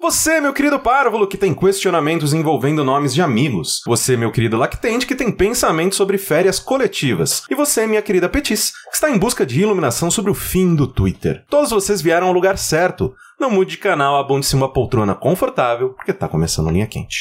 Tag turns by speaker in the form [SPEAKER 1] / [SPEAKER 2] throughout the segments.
[SPEAKER 1] Você, meu querido párvulo, que tem questionamentos envolvendo nomes de amigos. Você, meu querido lactente, que tem pensamentos sobre férias coletivas. E você, minha querida Petis, que está em busca de iluminação sobre o fim do Twitter. Todos vocês vieram ao lugar certo. Não mude de canal, abonde-se uma poltrona confortável, porque tá começando a linha quente.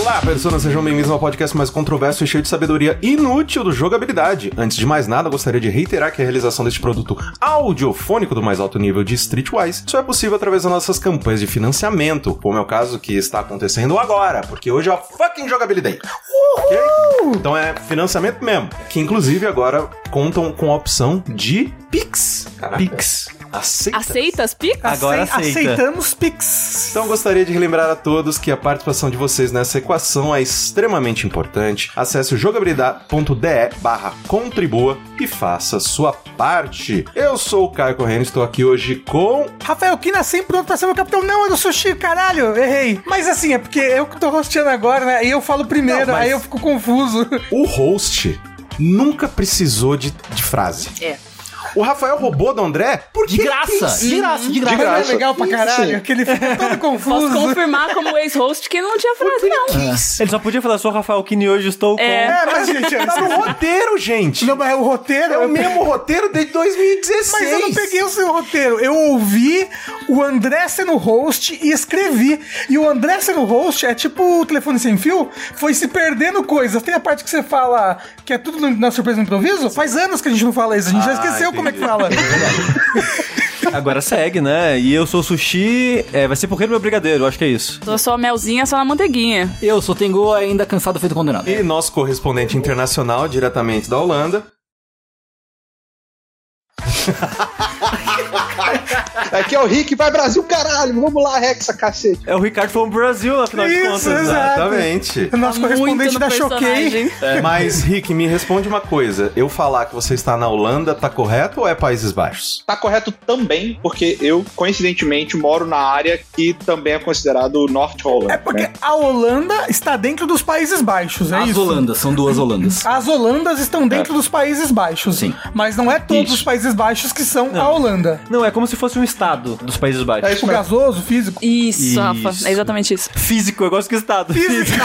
[SPEAKER 1] Olá, pessoas, sejam bem-vindos ao podcast mais controverso e cheio de sabedoria inútil do jogabilidade. Antes de mais nada, gostaria de reiterar que a realização deste produto audiofônico do mais alto nível de Streetwise só é possível através das nossas campanhas de financiamento, como é o caso que está acontecendo agora, porque hoje é o fucking jogabilidade. Ok? Então é financiamento mesmo. Que inclusive agora contam com a opção de Pix. Pix. Aceita.
[SPEAKER 2] Aceita as picas?
[SPEAKER 3] Agora
[SPEAKER 4] Acei-
[SPEAKER 3] aceita.
[SPEAKER 4] Aceitamos Pix.
[SPEAKER 1] Então gostaria de relembrar a todos que a participação de vocês nessa equação é extremamente importante. Acesse o jogabilidade.de barra contribua e faça sua parte. Eu sou o Caio Corrêa e estou aqui hoje com...
[SPEAKER 4] Rafael Kina sempre pronto pra ser meu capitão. Não, é do sushi, caralho, errei. Mas assim, é porque eu que tô rosteando agora, né? E eu falo primeiro,
[SPEAKER 1] Não, mas-
[SPEAKER 4] aí eu fico confuso.
[SPEAKER 1] O host nunca precisou de, de frase.
[SPEAKER 2] É.
[SPEAKER 1] O Rafael roubou do André porque
[SPEAKER 3] De graça, de graça, de graça.
[SPEAKER 1] De graça.
[SPEAKER 4] Mas é legal pra caralho, que ele fica todo
[SPEAKER 2] Posso
[SPEAKER 4] confuso.
[SPEAKER 2] confirmar como ex-host que não tinha frase, não.
[SPEAKER 3] Ele só podia falar, sou Rafael Kini hoje estou
[SPEAKER 2] É.
[SPEAKER 4] É, mas gente,
[SPEAKER 1] Tá no roteiro, gente.
[SPEAKER 4] não, mas é o roteiro.
[SPEAKER 1] É o
[SPEAKER 4] eu-
[SPEAKER 1] mesmo roteiro desde 2016.
[SPEAKER 4] Mas eu não peguei o seu roteiro. Eu ouvi o André sendo host e escrevi. E o André sendo host é tipo o telefone sem fio, foi se perdendo coisas. Tem a parte que você fala que é tudo na surpresa no improviso? Faz anos que a gente não fala isso, a gente já
[SPEAKER 1] Ah,
[SPEAKER 4] esqueceu como é que
[SPEAKER 1] entendi.
[SPEAKER 4] fala.
[SPEAKER 3] com. Agora segue, né? E eu sou o Sushi, é, vai ser porreiro meu brigadeiro, acho que é isso.
[SPEAKER 2] Sou só a melzinha, só na manteiguinha.
[SPEAKER 5] Eu sou Tengu, ainda cansado, feito condenado.
[SPEAKER 1] E nosso correspondente internacional, diretamente da Holanda.
[SPEAKER 6] Aqui é o Rick, vai Brasil, caralho! Vamos lá, Rexa, cacete!
[SPEAKER 3] É o Ricardo foi pro Brasil, afinal de
[SPEAKER 4] Isso,
[SPEAKER 3] contas. né?
[SPEAKER 4] exato.
[SPEAKER 1] Exatamente.
[SPEAKER 4] O Nosso
[SPEAKER 2] Tá muito
[SPEAKER 4] correspondente
[SPEAKER 2] no
[SPEAKER 4] da Choquei.
[SPEAKER 2] personagem.
[SPEAKER 1] Mas, Rick, me responde uma coisa. Eu falar que você está na Holanda, tá correto ou é Países Baixos?
[SPEAKER 6] Tá correto também, porque eu, coincidentemente, moro na área que também é considerado North Holland.
[SPEAKER 4] É porque
[SPEAKER 6] né?
[SPEAKER 4] a Holanda está dentro dos Países Baixos, é
[SPEAKER 5] As
[SPEAKER 4] isso?
[SPEAKER 5] Holandas, são duas Holandas.
[SPEAKER 4] As Holandas estão dentro dos Países Baixos.
[SPEAKER 5] Sim.
[SPEAKER 4] Mas não é todos
[SPEAKER 6] Isso.
[SPEAKER 4] os Países Baixos que são a Holanda.
[SPEAKER 3] Não, é como se fosse um estado dos Países Baixos.
[SPEAKER 6] É
[SPEAKER 4] O
[SPEAKER 6] isso mesmo.
[SPEAKER 4] gasoso, o físico.
[SPEAKER 2] Isso,
[SPEAKER 3] Isso.
[SPEAKER 2] Rafa. É exatamente isso.
[SPEAKER 3] Físico, eu gosto que estado.
[SPEAKER 4] Físico.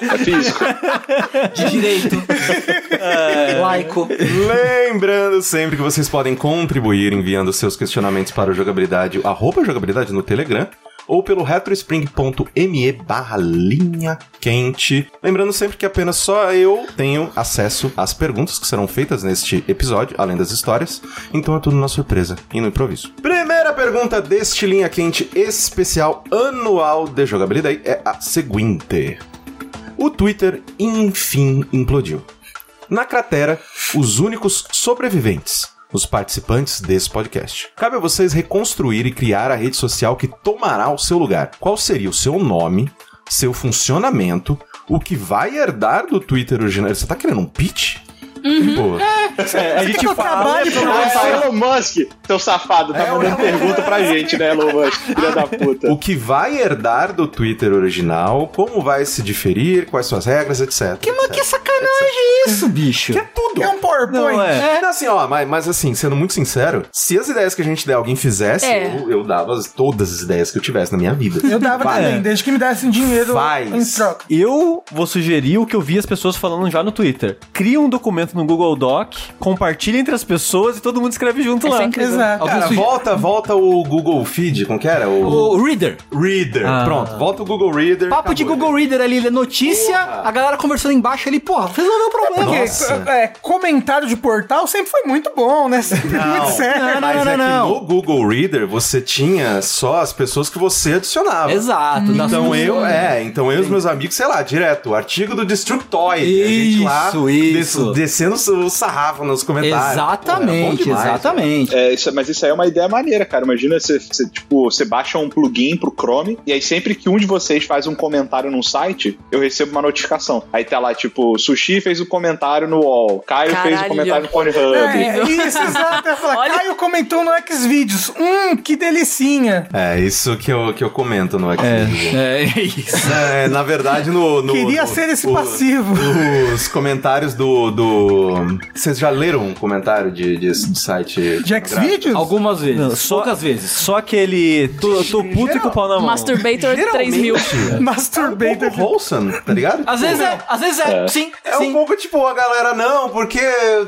[SPEAKER 6] É físico.
[SPEAKER 5] De direito. É. Laico.
[SPEAKER 1] Lembrando sempre que vocês podem contribuir enviando seus questionamentos para o jogabilidade, arroba jogabilidade no Telegram ou pelo retrospring.me barra linha quente. Lembrando sempre que apenas só eu tenho acesso às perguntas que serão feitas neste episódio, além das histórias. Então é tudo na surpresa e no improviso. Primeira pergunta deste Linha Quente especial anual de jogabilidade é a seguinte. O Twitter, enfim, implodiu. Na cratera, os únicos sobreviventes, os participantes desse podcast. Cabe a vocês reconstruir e criar a rede social que tomará o seu lugar. Qual seria o seu nome, seu funcionamento, o que vai herdar do Twitter original? Você tá querendo um pitch? Pô,
[SPEAKER 3] É, a gente
[SPEAKER 4] que eu
[SPEAKER 3] fala,
[SPEAKER 4] trabalhe
[SPEAKER 3] lembra,
[SPEAKER 4] pra
[SPEAKER 3] mas-
[SPEAKER 6] Ah, é Elon Musk, teu safado, tá mandando pergunta pra gente, né, Elon Musk, filha da puta.
[SPEAKER 1] o que vai herdar do Twitter original, como vai se diferir, quais suas regras, etc. Que,
[SPEAKER 4] Mas que sacanagem
[SPEAKER 5] Isso, bicho.
[SPEAKER 1] é tudo!
[SPEAKER 4] é um PowerPoint.
[SPEAKER 3] Não, é.
[SPEAKER 1] É, assim, ó, mas, mas assim, sendo muito sincero, se as ideias que a gente der alguém fizesse,
[SPEAKER 2] É.
[SPEAKER 1] eu, eu dava as- todas as ideias que eu tivesse na minha vida.
[SPEAKER 4] Eu dava
[SPEAKER 1] Vai.
[SPEAKER 4] também, desde que me dessem dinheiro
[SPEAKER 1] Faz.
[SPEAKER 4] em troca.
[SPEAKER 3] Eu vou sugerir o que eu vi as pessoas falando já no Twitter. Cria um documento no Google Doc, compartilha entre as pessoas e todo mundo escreve junto
[SPEAKER 2] Essa
[SPEAKER 3] lá.
[SPEAKER 2] é incrível.
[SPEAKER 4] Exato.
[SPEAKER 5] Alguém
[SPEAKER 1] Cara,
[SPEAKER 5] sugi-
[SPEAKER 1] volta, volta o Google Feed, como que era? O,
[SPEAKER 5] O Reader.
[SPEAKER 1] Reader.
[SPEAKER 3] Ah.
[SPEAKER 1] Pronto, volta o Google Reader.
[SPEAKER 5] Papo de
[SPEAKER 1] acabou.
[SPEAKER 5] Google Reader ali, ele é notícia, a galera conversando embaixo ali, porra, resolveu o problema.
[SPEAKER 4] Porque
[SPEAKER 1] Nossa.
[SPEAKER 4] é, comentário de portal sempre foi muito bom, né? Sempre
[SPEAKER 1] Não.
[SPEAKER 4] muito sério.
[SPEAKER 5] Não,
[SPEAKER 1] Mas
[SPEAKER 5] não,
[SPEAKER 1] é
[SPEAKER 5] não,
[SPEAKER 1] que
[SPEAKER 5] não.
[SPEAKER 1] no Google Reader você tinha só as pessoas que você adicionava.
[SPEAKER 5] Exato. dá
[SPEAKER 1] Então
[SPEAKER 5] solução.
[SPEAKER 1] eu, é, então eu e os meus amigos, sei lá, direto, o artigo do Destructoid. a gente lá
[SPEAKER 5] Isso, isso.
[SPEAKER 1] des- descendo o sarrafo nos comentários. Pô, é bom
[SPEAKER 5] Exatamente,
[SPEAKER 1] demais,
[SPEAKER 5] exatamente.
[SPEAKER 6] É, isso- mas isso aí é uma ideia maneira, cara. Imagina você, você, tipo, você baixa um plugin pro Chrome e aí sempre que um de vocês faz um comentário num site, eu recebo uma notificação. Aí tá lá, tipo, Sushi fez o comentário no UOL, Caio fez o
[SPEAKER 2] Caralho.
[SPEAKER 6] comentário no Pornhub.
[SPEAKER 4] É, isso, exato. Eu falo,
[SPEAKER 2] Olha-
[SPEAKER 4] Caio comentou no Xvideos. Hum, que delicinha.
[SPEAKER 1] É, isso que eu, que eu comento no Xvideos.
[SPEAKER 5] É, isso.
[SPEAKER 1] É, na verdade, no. no-
[SPEAKER 4] Queria
[SPEAKER 1] no-
[SPEAKER 4] ser esse
[SPEAKER 1] o-
[SPEAKER 4] passivo.
[SPEAKER 1] Os comentários do. do... Vocês já leram um comentário de, de, do site.
[SPEAKER 4] De Xvideos?
[SPEAKER 5] Algumas vezes.
[SPEAKER 3] Não, só-
[SPEAKER 5] Poucas vezes.
[SPEAKER 3] Só aquele. Tô, tô puto e com o pau na mão.
[SPEAKER 2] Masturbator 3000.
[SPEAKER 1] Pouco
[SPEAKER 4] Masturbator.
[SPEAKER 1] wholesome, tá ligado?
[SPEAKER 5] Às vezes é, às vezes é, sim,
[SPEAKER 1] É
[SPEAKER 5] sim.
[SPEAKER 1] um pouco tipo, a galera, não, porque.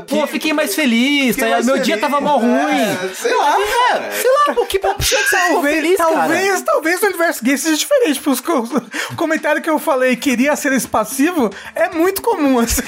[SPEAKER 5] Pô, fiquei mais feliz,
[SPEAKER 1] fiquei
[SPEAKER 5] tá?
[SPEAKER 1] mais
[SPEAKER 5] meu dia
[SPEAKER 1] feliz,
[SPEAKER 5] tava mal ruim.
[SPEAKER 1] é, sei lá, cara.
[SPEAKER 5] Sei lá, pô, que bom que você ficou feliz, cara.
[SPEAKER 4] Talvez, talvez o universo gay seja diferente. Porque os co- o comentário que eu falei, queria ser esse passivo, é muito comum, assim.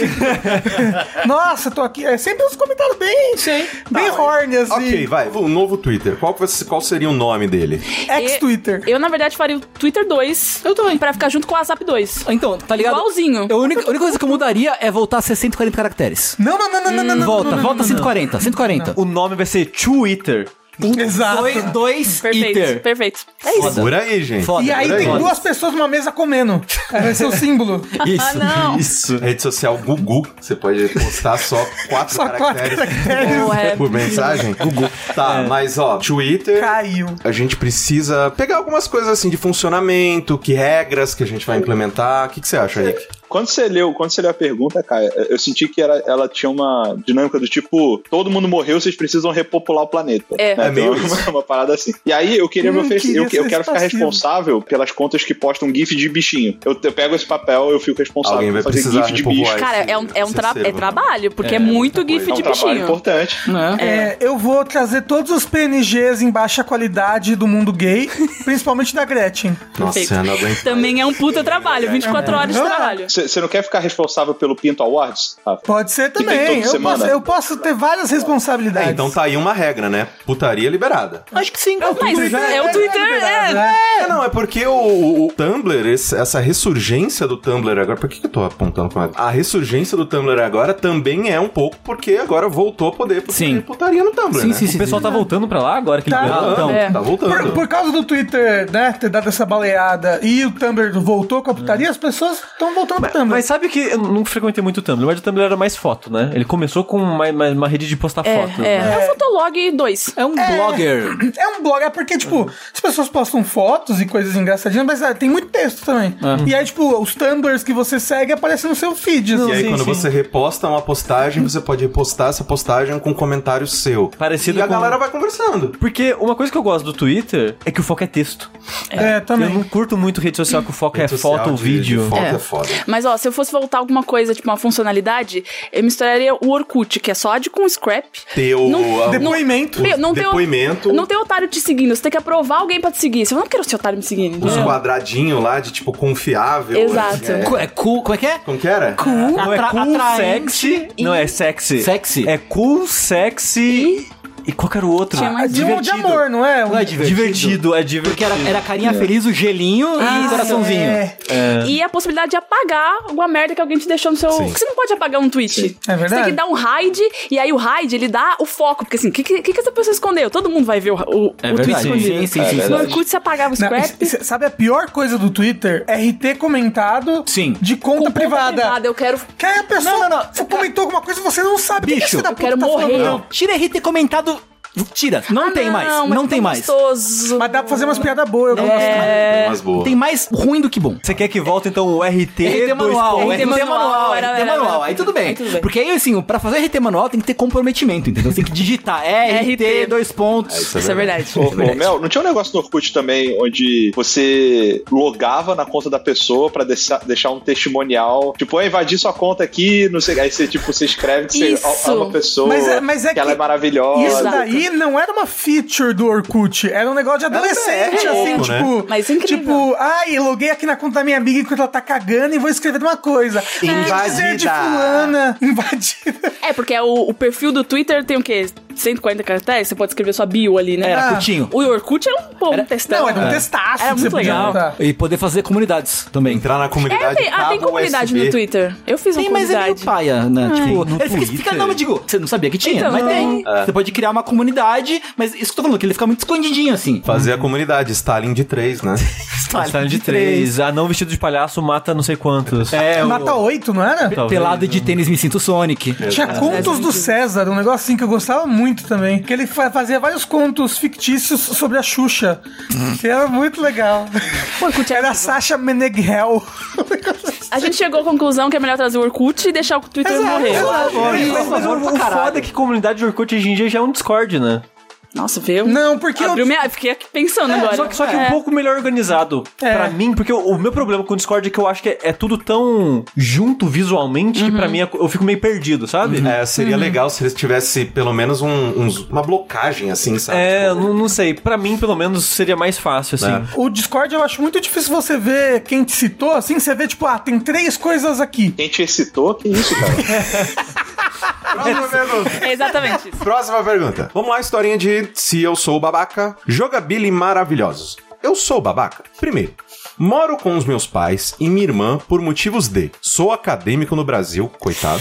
[SPEAKER 4] Nossa, tô aqui. É sempre uns comentários bem.
[SPEAKER 5] Sim.
[SPEAKER 4] Bem horny, assim.
[SPEAKER 1] Ok, vai. O novo Twitter. Qual, que vai ser- qual seria o nome dele?
[SPEAKER 4] Ex-Twitter.
[SPEAKER 2] Eu, na verdade, faria o Twitter 2.
[SPEAKER 5] Eu também.
[SPEAKER 2] Pra ficar junto com o WhatsApp 2.
[SPEAKER 5] Então, tá ligado?
[SPEAKER 2] Igualzinho.
[SPEAKER 5] Eu- A única, a única coisa que eu mudaria é voltar a ser 140 caracteres.
[SPEAKER 4] Não, não, não, não, não, não, não.
[SPEAKER 5] volta,
[SPEAKER 4] não, não,
[SPEAKER 5] volta
[SPEAKER 4] não, não.
[SPEAKER 5] 140, 140.
[SPEAKER 3] O nome vai ser Twitter.
[SPEAKER 4] Exato.
[SPEAKER 5] Dois, dois
[SPEAKER 2] Perfeito,
[SPEAKER 5] iter.
[SPEAKER 2] perfeito. É isso.
[SPEAKER 5] Foda.
[SPEAKER 1] Por aí, gente.
[SPEAKER 5] Foda.
[SPEAKER 4] E aí
[SPEAKER 1] Peraí.
[SPEAKER 4] tem duas pessoas numa mesa comendo. Vai ser o símbolo.
[SPEAKER 2] Ah, não.
[SPEAKER 3] Isso.
[SPEAKER 1] Rede social Gugu. Você pode postar só quatro
[SPEAKER 4] Só quatro
[SPEAKER 1] caracteres
[SPEAKER 4] caracteres.
[SPEAKER 2] Porra, é.
[SPEAKER 1] por mensagem. Gugu.
[SPEAKER 5] É.
[SPEAKER 1] Tá, mas ó, Twitter.
[SPEAKER 4] Caiu.
[SPEAKER 1] a gente precisa pegar algumas coisas assim de funcionamento, que regras que a gente vai implementar. O que, que você acha, Rick?
[SPEAKER 6] Quando você leu, quando você leu a pergunta, Caio, eu senti que era- ela tinha uma dinâmica do tipo, todo mundo morreu, vocês precisam repopular o planeta.
[SPEAKER 2] É.
[SPEAKER 1] É meio
[SPEAKER 6] Então, uma, uma parada assim. E aí eu queria me
[SPEAKER 4] Hum,
[SPEAKER 6] oferecer,
[SPEAKER 4] queria
[SPEAKER 6] eu, eu
[SPEAKER 4] ser
[SPEAKER 6] quero ficar
[SPEAKER 4] passivo.
[SPEAKER 6] responsável pelas contas que postam GIF de bichinho. Eu, eu pego esse papel, eu fico responsável
[SPEAKER 1] Alguém vai
[SPEAKER 6] por fazer
[SPEAKER 1] precisar
[SPEAKER 6] GIF de
[SPEAKER 1] repopular
[SPEAKER 6] bicho.
[SPEAKER 1] esse-
[SPEAKER 2] Cara, é um, é um
[SPEAKER 1] esse
[SPEAKER 2] tra-
[SPEAKER 1] acervo,
[SPEAKER 2] é
[SPEAKER 1] né?
[SPEAKER 2] trabalho, porque é, muito
[SPEAKER 1] muita
[SPEAKER 2] GIF
[SPEAKER 1] coisa.
[SPEAKER 6] É um
[SPEAKER 2] de
[SPEAKER 6] trabalho
[SPEAKER 2] bichinho.
[SPEAKER 6] importante.
[SPEAKER 5] Né?
[SPEAKER 4] É, eu vou trazer todos os PNGs em baixa qualidade do mundo gay, principalmente da Gretchen.
[SPEAKER 1] Nossa,
[SPEAKER 2] Perfeito.
[SPEAKER 1] eu não aguento.
[SPEAKER 2] Também é um puta trabalho, 24 horas de
[SPEAKER 4] Ah.
[SPEAKER 2] trabalho.
[SPEAKER 6] Você você não quer ficar responsável pelo Pinto Awards? Rafa?
[SPEAKER 4] Pode ser
[SPEAKER 6] Que tem
[SPEAKER 4] também.
[SPEAKER 6] toda
[SPEAKER 4] Eu
[SPEAKER 6] semana.
[SPEAKER 4] posso, eu posso ter várias responsabilidades.
[SPEAKER 1] É, então tá aí uma regra, né? Putaria liberada.
[SPEAKER 5] Acho que sim.
[SPEAKER 2] Mas é o Twitter, é.
[SPEAKER 1] É, não, é porque o, o Tumblr, esse- essa ressurgência do Tumblr agora. Por que, que eu tô apontando com a. A ressurgência do Tumblr agora também é um pouco porque agora voltou a poder porque
[SPEAKER 5] Sim.
[SPEAKER 1] tem putaria no Tumblr.
[SPEAKER 5] Sim,
[SPEAKER 1] né?
[SPEAKER 5] sim, sim.
[SPEAKER 3] O pessoal tá voltando pra lá agora que ele
[SPEAKER 4] Tá.
[SPEAKER 3] liberou?
[SPEAKER 1] Tá,
[SPEAKER 5] então.
[SPEAKER 1] tá voltando.
[SPEAKER 4] Por, por causa do Twitter, né, ter dado essa baleada e o Tumblr voltou com a putaria, as pessoas estão voltando pro Tumblr.
[SPEAKER 3] Mas sabe que eu não frequentei muito o Tumblr, mas o Tumblr era mais foto, né? Ele começou com uma, uma- uma rede de postar foto.
[SPEAKER 2] É, é.
[SPEAKER 3] né?
[SPEAKER 2] É o Fotolog 2.
[SPEAKER 5] É um blogger.
[SPEAKER 4] É um blog, é porque, tipo, as pessoas postam fotos e coisas engraçadinhas, mas ah, tem muito texto também. E aí, tipo, os Tumblrs que você segue aparecem no seu feed.
[SPEAKER 1] E
[SPEAKER 4] assim.
[SPEAKER 1] aí,
[SPEAKER 3] Sim,
[SPEAKER 1] quando
[SPEAKER 3] sim.
[SPEAKER 1] você reposta uma postagem, você pode repostar essa postagem com um comentário seu.
[SPEAKER 3] Parecido
[SPEAKER 1] e a
[SPEAKER 3] com-
[SPEAKER 1] galera vai conversando.
[SPEAKER 3] Porque uma coisa que eu gosto do Twitter é que o foco é texto.
[SPEAKER 4] É, também.
[SPEAKER 3] Eu não curto muito rede social que o foco é
[SPEAKER 1] Rede social
[SPEAKER 3] foto ou
[SPEAKER 1] de- de
[SPEAKER 3] vídeo.
[SPEAKER 1] Foto é.
[SPEAKER 5] É.
[SPEAKER 1] foda.
[SPEAKER 2] Mas ó, se eu fosse voltar alguma coisa, tipo uma funcionalidade, eu misturaria o Orkut, que é só de com scrap.
[SPEAKER 1] Ter o,
[SPEAKER 2] Não-
[SPEAKER 1] a- o
[SPEAKER 4] Um Depoimento.
[SPEAKER 2] Meu, não tem o-
[SPEAKER 1] depoimento,
[SPEAKER 2] Não tem otário te seguindo, você tem que aprovar alguém pra te seguir. Você não quer o seu otário me seguindo.
[SPEAKER 1] os
[SPEAKER 2] entendeu?
[SPEAKER 1] quadradinhos lá de tipo confiável.
[SPEAKER 2] Exato.
[SPEAKER 1] assim, é.
[SPEAKER 5] Co- É cool, como é que é?
[SPEAKER 1] Como que era?
[SPEAKER 3] Não é
[SPEAKER 5] Atra-
[SPEAKER 3] cool,
[SPEAKER 5] atraente
[SPEAKER 3] sexy.
[SPEAKER 5] e-
[SPEAKER 3] Não, é sexy.
[SPEAKER 5] Sexy.
[SPEAKER 3] É cool, sexy. E, qual que era o outro?
[SPEAKER 2] Tinha mais
[SPEAKER 4] de, um de amor, não é? Um-
[SPEAKER 5] Não é
[SPEAKER 3] Divertido, é divertido.
[SPEAKER 5] Porque era, era carinha feliz, o gelinho
[SPEAKER 3] Ah,
[SPEAKER 5] e um coraçãozinho.
[SPEAKER 4] É,
[SPEAKER 2] E a possibilidade de apagar alguma merda que alguém te deixou no seu. Porque Você não pode apagar um tweet.
[SPEAKER 4] É verdade.
[SPEAKER 2] Você tem que dar um hide, e aí o hide ele dá o foco. Porque assim, o que, que, que essa pessoa escondeu? Todo mundo vai ver o, o,
[SPEAKER 5] É
[SPEAKER 2] o tweet
[SPEAKER 5] verdade.
[SPEAKER 2] escondido.
[SPEAKER 5] Sim, sim,
[SPEAKER 6] É
[SPEAKER 5] sim.
[SPEAKER 2] No
[SPEAKER 5] sim.
[SPEAKER 6] verdade.
[SPEAKER 2] Orkut você apagava o
[SPEAKER 4] Não, é
[SPEAKER 2] scrap.
[SPEAKER 4] e cê- sabe a pior coisa do Twitter? RT comentado
[SPEAKER 5] Sim.
[SPEAKER 4] de conta
[SPEAKER 2] Com
[SPEAKER 4] privada.
[SPEAKER 2] Eu quero.
[SPEAKER 4] Que aí a pessoa
[SPEAKER 5] Não, não, não.
[SPEAKER 4] você comentou alguma coisa e você não sabe o que que
[SPEAKER 5] Bicho,
[SPEAKER 4] esse da
[SPEAKER 5] eu
[SPEAKER 4] puta
[SPEAKER 2] quero
[SPEAKER 4] tá
[SPEAKER 2] morrer.
[SPEAKER 4] falando.
[SPEAKER 5] Não, Tira RT comentado. Tira. Não
[SPEAKER 2] Ah,
[SPEAKER 5] tem mais.
[SPEAKER 2] mas
[SPEAKER 5] Não
[SPEAKER 2] que
[SPEAKER 5] tem
[SPEAKER 2] tão
[SPEAKER 5] mais.
[SPEAKER 2] Gostoso.
[SPEAKER 4] Mas dá pra fazer umas piadas boas, eu gosto.
[SPEAKER 2] É,
[SPEAKER 1] Umas boas.
[SPEAKER 5] Tem mais ruim do que bom.
[SPEAKER 3] Você quer que volte então o RT,
[SPEAKER 5] RT
[SPEAKER 3] do
[SPEAKER 5] manual,
[SPEAKER 2] RT
[SPEAKER 4] é.
[SPEAKER 5] RT
[SPEAKER 2] manual,
[SPEAKER 5] manual,
[SPEAKER 2] era-
[SPEAKER 5] RT
[SPEAKER 2] era-
[SPEAKER 5] manual, aí tudo bem.
[SPEAKER 2] aí tudo bem.
[SPEAKER 5] Porque aí, assim, pra fazer RT manual tem que ter comprometimento, entendeu? Tem que digitar RT,
[SPEAKER 2] RT.
[SPEAKER 5] dois pontos.
[SPEAKER 2] Isso é verdade.
[SPEAKER 6] Ô, ô, Mel, não tinha um negócio no Orkut também onde você logava na conta da pessoa pra deixar, deixar um testemunhal, tipo, eu invadi sua conta aqui, não sei, aí você tipo, você escreve que você
[SPEAKER 2] Isso.
[SPEAKER 6] ama a pessoa,
[SPEAKER 4] Mas é- mas é
[SPEAKER 6] que, ela
[SPEAKER 4] que-
[SPEAKER 6] é maravilhosa.
[SPEAKER 4] Isso
[SPEAKER 2] Exato.
[SPEAKER 4] daí não era uma feature do Orkut, era um negócio de adolescente,
[SPEAKER 1] era
[SPEAKER 4] assim,
[SPEAKER 1] louco, né?
[SPEAKER 4] tipo.
[SPEAKER 2] Mas incrível.
[SPEAKER 4] Tipo, ai, loguei aqui na conta da minha amiga enquanto ela tá cagando e vou escrever uma coisa. O que Ah, dizer de
[SPEAKER 1] Invadida.
[SPEAKER 4] fulana invadida.
[SPEAKER 2] É, porque é o, o perfil do Twitter tem o quê? 140 caracteres? Você pode escrever sua bio ali, né?
[SPEAKER 5] Era curtinho.
[SPEAKER 2] O Orkut era um bom testão.
[SPEAKER 4] Não, era um testaço.
[SPEAKER 2] Era
[SPEAKER 4] que
[SPEAKER 2] muito
[SPEAKER 4] você podia
[SPEAKER 2] legal.
[SPEAKER 4] botar.
[SPEAKER 5] E poder fazer comunidades também.
[SPEAKER 1] Entrar na
[SPEAKER 2] É,
[SPEAKER 1] comunidade.
[SPEAKER 2] tem, ah, tem
[SPEAKER 1] cabo
[SPEAKER 2] comunidade
[SPEAKER 1] USB.
[SPEAKER 2] no Twitter. Eu fiz uma
[SPEAKER 5] Tem, mas é
[SPEAKER 2] comunidade.
[SPEAKER 5] meio paia, né? Tipo,
[SPEAKER 3] no
[SPEAKER 5] ele fica, fica,
[SPEAKER 3] Twitter?
[SPEAKER 5] não, mas digo, você não sabia que tinha,
[SPEAKER 2] Então,
[SPEAKER 5] mas
[SPEAKER 2] não.
[SPEAKER 5] tem. Você pode criar uma comunidade, mas isso que eu tô falando, que ele fica muito escondidinho, assim.
[SPEAKER 1] Fazer a comunidade, Stalin de 3, né?
[SPEAKER 3] Stalin Tá de 3. Anão vestido de palhaço mata não sei quantos.
[SPEAKER 5] É,
[SPEAKER 4] Mata
[SPEAKER 5] o...
[SPEAKER 4] oito, não era?
[SPEAKER 3] Talvez,
[SPEAKER 5] Pelado de
[SPEAKER 3] né?
[SPEAKER 5] tênis me sinto Sonic.
[SPEAKER 4] Tinha contos do César, um negócio assim que eu gostava muito também. Que ele fa- fazia vários contos fictícios sobre a Xuxa. que era muito legal.
[SPEAKER 2] O Orkut era
[SPEAKER 4] Era a Sasha Meneghel.
[SPEAKER 2] A gente chegou à conclusão que é melhor trazer o Orkut e deixar o Twitter
[SPEAKER 4] Exato,
[SPEAKER 2] morrer.
[SPEAKER 4] exato.
[SPEAKER 5] Sim,
[SPEAKER 3] Mas, mas o,
[SPEAKER 5] pra
[SPEAKER 3] o foda é que comunidade de Orkut hoje em dia já é um Discord, né?
[SPEAKER 2] Nossa, viu?
[SPEAKER 4] Não, porque eu-
[SPEAKER 2] Abriu minha... Fiquei aqui pensando agora.
[SPEAKER 3] Só que, só que um
[SPEAKER 2] É.
[SPEAKER 3] pouco melhor organizado
[SPEAKER 4] É.
[SPEAKER 3] pra mim, porque o, o meu problema com o Discord é que eu acho que é, é tudo tão junto visualmente que pra
[SPEAKER 2] Uhum.
[SPEAKER 3] mim é- eu fico meio perdido, sabe?
[SPEAKER 1] É, seria legal se eles tivessem pelo menos um- uns- uma blocagem, assim, sabe?
[SPEAKER 3] É,
[SPEAKER 1] Tipo,
[SPEAKER 3] não, não sei. Pra mim, pelo menos, seria mais fácil, assim.
[SPEAKER 1] É.
[SPEAKER 4] O Discord eu acho muito difícil você ver quem te citou, assim, você vê, tipo, ah, tem três coisas aqui.
[SPEAKER 6] Quem te excitou? Que isso, cara?
[SPEAKER 1] Próxima pergunta.
[SPEAKER 2] É exatamente isso.
[SPEAKER 1] Próxima pergunta. Vamos lá, historinha de se eu sou babaca, jogabili maravilhosos. Eu sou babaca? Primeiro, moro com os meus pais e minha irmã por motivos de sou acadêmico no Brasil, coitado,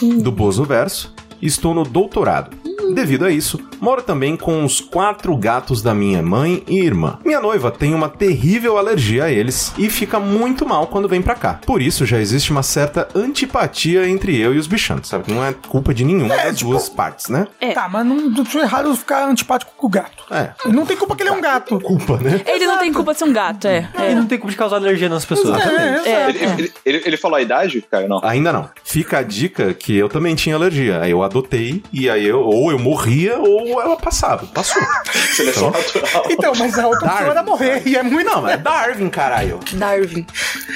[SPEAKER 1] do Bozo Verso, e estou no doutorado. Devido a isso, moro também com os quatro gatos da minha mãe e irmã. Minha noiva tem uma terrível alergia a eles e fica muito mal quando vem pra cá. Por isso, já existe uma certa antipatia entre eu e os bichanos, sabe? Não é culpa de nenhuma das duas partes, né?
[SPEAKER 2] É.
[SPEAKER 4] Tá, mas não, não foi errado eu ficar antipático com o gato.
[SPEAKER 1] É.
[SPEAKER 4] Não tem culpa que ele é um gato.
[SPEAKER 1] Culpa, né?
[SPEAKER 2] Ele não tem culpa de ser um gato, é.
[SPEAKER 3] E não tem como te causar alergia nas pessoas.
[SPEAKER 4] É,
[SPEAKER 2] É.
[SPEAKER 6] Ele, ele, ele- ele falou a idade, cara? Não.
[SPEAKER 1] Ainda não. Fica a dica que eu também tinha alergia. Aí eu adotei e aí eu ou eu morria ou ela passava. Passou. Ah,
[SPEAKER 6] Seleção natural.
[SPEAKER 4] Então, mas a outra pessoa era morrer, e é muito...
[SPEAKER 1] Não, mas é Darwin, caralho.
[SPEAKER 2] Darwin.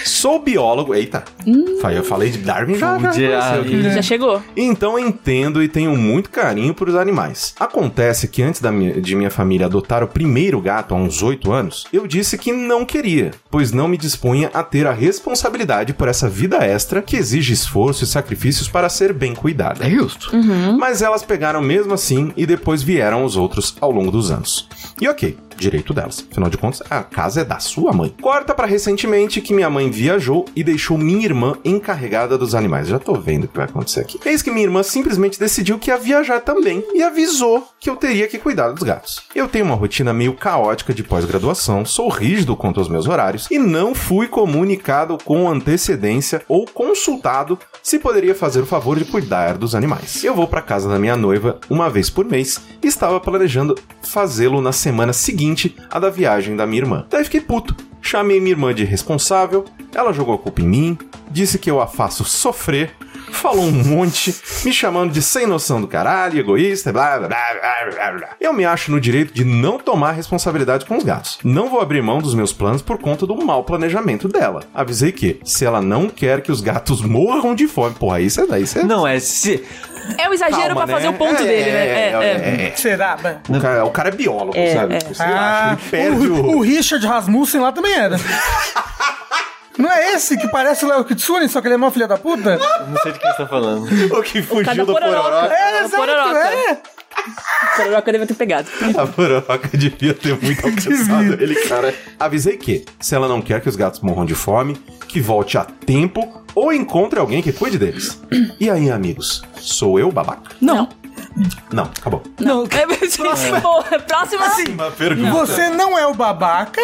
[SPEAKER 1] Sou biólogo. Eita. Fa- Eu falei de Darwin já. já
[SPEAKER 3] Judia-
[SPEAKER 1] apareceu aqui.
[SPEAKER 2] Já chegou.
[SPEAKER 1] Então entendo e tenho muito carinho por os animais. Acontece que antes da minha- de minha família adotar o primeiro gato há uns 8 anos, eu disse que não queria, pois não me dispunha a ter a responsabilidade por essa vida extra que exige esforço e sacrifícios para ser bem cuidada.
[SPEAKER 5] justo.
[SPEAKER 1] Mas elas pegaram mesmo assim e depois vieram os outros ao longo dos anos. E ok, direito delas. Afinal de contas, a casa é da sua mãe. Corta pra recentemente que minha mãe viajou e deixou minha irmã encarregada dos animais. Já tô vendo o que vai acontecer aqui. Eis que minha irmã simplesmente decidiu que ia viajar também e avisou que eu teria que cuidar dos gatos. Eu tenho uma rotina meio caótica de pós-graduação, sou rígido quanto aos meus horários e não fui comunicado com antecedência ou consultado se poderia fazer o favor de cuidar dos animais. Eu vou para casa da minha noiva uma vez por mês e estava planejando fazê-lo na semana seguinte à da viagem da minha irmã. Daí fiquei puto. Chamei minha irmã de responsável, ela jogou a culpa em mim, disse que eu a faço sofrer, falou um monte, me chamando de sem noção do caralho, egoísta, blá blá blá blá blá blá. Eu me acho no direito de não tomar responsabilidade com os gatos. Não vou abrir mão dos meus planos por conta do mau planejamento dela. Avisei que, se ela não quer que os gatos morram de fome, porra, isso é daí, isso é.
[SPEAKER 3] Não, é se...
[SPEAKER 2] É o exagero
[SPEAKER 3] Calma,
[SPEAKER 2] pra fazer
[SPEAKER 3] né?
[SPEAKER 2] o ponto
[SPEAKER 1] É,
[SPEAKER 2] dele, né?
[SPEAKER 1] é, é, é, é.
[SPEAKER 4] Será, mano?
[SPEAKER 1] O cara, o cara é biólogo, sabe? Você acha, ele perde
[SPEAKER 4] Ah, o,
[SPEAKER 1] Ah, o.
[SPEAKER 4] o Richard Rasmussen lá também era. Não é esse que parece o Léo Kitsune, só que ele é mó filha da puta?
[SPEAKER 3] Não sei de quem você tá falando.
[SPEAKER 1] O que fugiu
[SPEAKER 2] Cada
[SPEAKER 1] do pororoca.
[SPEAKER 2] pororoca.
[SPEAKER 4] É,
[SPEAKER 2] Pororoca.
[SPEAKER 4] exato, é.
[SPEAKER 2] O pororoca deve ter pegado.
[SPEAKER 1] A pororoca devia ter muito alcançado ele, cara. Avisei que, se ela não quer que os gatos morram de fome, que volte a tempo ou encontre alguém que cuide deles. E aí, amigos? Sou eu, babaca?
[SPEAKER 2] Não.
[SPEAKER 1] Não, acabou.
[SPEAKER 5] Não,
[SPEAKER 2] Próxima. Próxima.
[SPEAKER 1] Uma pergunta.
[SPEAKER 4] Você não é o babaca,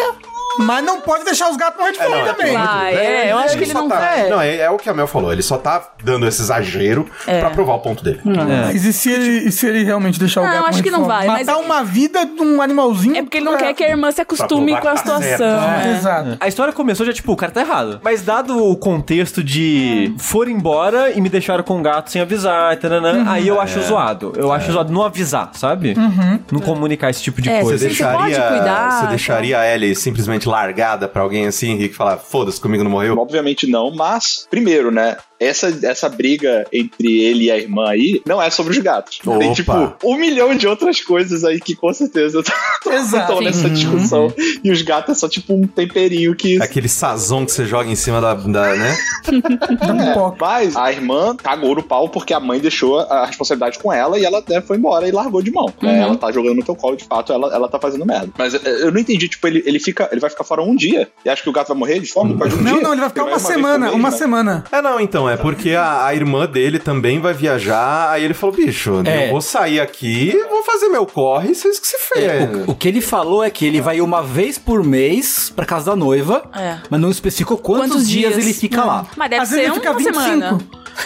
[SPEAKER 4] mas não pode deixar os gatos morrer de fome também.
[SPEAKER 2] Vai, é, eu acho que ele
[SPEAKER 1] só
[SPEAKER 2] não
[SPEAKER 1] tá-
[SPEAKER 2] quer.
[SPEAKER 1] Não, é, é o que a Mel falou. Ele só tá dando esse exagero
[SPEAKER 2] É.
[SPEAKER 1] pra provar o ponto
[SPEAKER 2] Hum.
[SPEAKER 1] dele.
[SPEAKER 4] Mas e se ele, e se ele realmente deixar o
[SPEAKER 2] Não,
[SPEAKER 4] gato
[SPEAKER 2] acho
[SPEAKER 4] morrer
[SPEAKER 2] que
[SPEAKER 4] de
[SPEAKER 2] não
[SPEAKER 4] fome?
[SPEAKER 2] vai, mas-
[SPEAKER 4] Matar uma vida de um animalzinho...
[SPEAKER 2] É porque ele não
[SPEAKER 4] pra-
[SPEAKER 2] quer que a irmã se acostume
[SPEAKER 1] Pra provar
[SPEAKER 2] com a
[SPEAKER 1] que tá certo.
[SPEAKER 2] situação.
[SPEAKER 4] É,
[SPEAKER 2] é.
[SPEAKER 4] Exato.
[SPEAKER 3] A história começou já, tipo, o cara tá errado. Mas dado o contexto de for embora e me deixaram com o gato sem avisar, tananã,
[SPEAKER 5] Uhum.
[SPEAKER 3] aí eu
[SPEAKER 5] É.
[SPEAKER 3] acho zoado. Eu acho zoado não avisar, sabe?
[SPEAKER 5] Uhum.
[SPEAKER 3] Não comunicar esse tipo de
[SPEAKER 2] É,
[SPEAKER 3] coisa.
[SPEAKER 1] Você
[SPEAKER 2] Você
[SPEAKER 1] deixaria,
[SPEAKER 2] pode cuidar,
[SPEAKER 1] você
[SPEAKER 2] então.
[SPEAKER 1] deixaria a Ellie simplesmente largada pra alguém assim, Henrique, falar, foda-se, comigo não morreu?
[SPEAKER 6] Obviamente não, mas, primeiro, né? essa, essa briga entre ele e a irmã aí não é sobre os gatos. Tem,
[SPEAKER 1] Opa.
[SPEAKER 6] tipo, um milhão de outras coisas aí que com certeza
[SPEAKER 4] Exato.
[SPEAKER 6] estão nessa discussão. E os gatos é só, tipo, um temperinho
[SPEAKER 4] É
[SPEAKER 6] que.
[SPEAKER 1] Aquele sazão que você joga em cima da, da né?
[SPEAKER 6] é.
[SPEAKER 4] Não importa.
[SPEAKER 6] Mas a irmã cagou no pau porque a mãe deixou a responsabilidade com ela e ela né, foi embora e largou de mão. né?
[SPEAKER 2] Uhum.
[SPEAKER 6] Ela tá jogando no teu colo, de fato, ela, ela tá fazendo merda. Mas eh, eu não entendi, tipo, ele, ele, fica, ele vai ficar fora um dia e acha que o gato vai morrer de fome por causa de um
[SPEAKER 4] Não,
[SPEAKER 6] dia?
[SPEAKER 4] não, ele vai ficar uma
[SPEAKER 6] vez por
[SPEAKER 4] semana,
[SPEAKER 6] mês,
[SPEAKER 4] uma
[SPEAKER 6] né?
[SPEAKER 4] semana.
[SPEAKER 1] É, não, então, é porque a, a irmã dele também vai viajar, aí ele falou, bicho,
[SPEAKER 5] É.
[SPEAKER 1] eu vou sair aqui, vou fazer meu corre, vocês que se ferem.
[SPEAKER 5] O, o que ele falou é que ele vai uma vez por mês pra casa da noiva,
[SPEAKER 2] É.
[SPEAKER 5] mas não especificou quantos, dias, ele fica
[SPEAKER 2] Hum.
[SPEAKER 5] lá.
[SPEAKER 2] Mas deve
[SPEAKER 4] Às
[SPEAKER 2] ser
[SPEAKER 4] vezes ele fica
[SPEAKER 2] uma semana.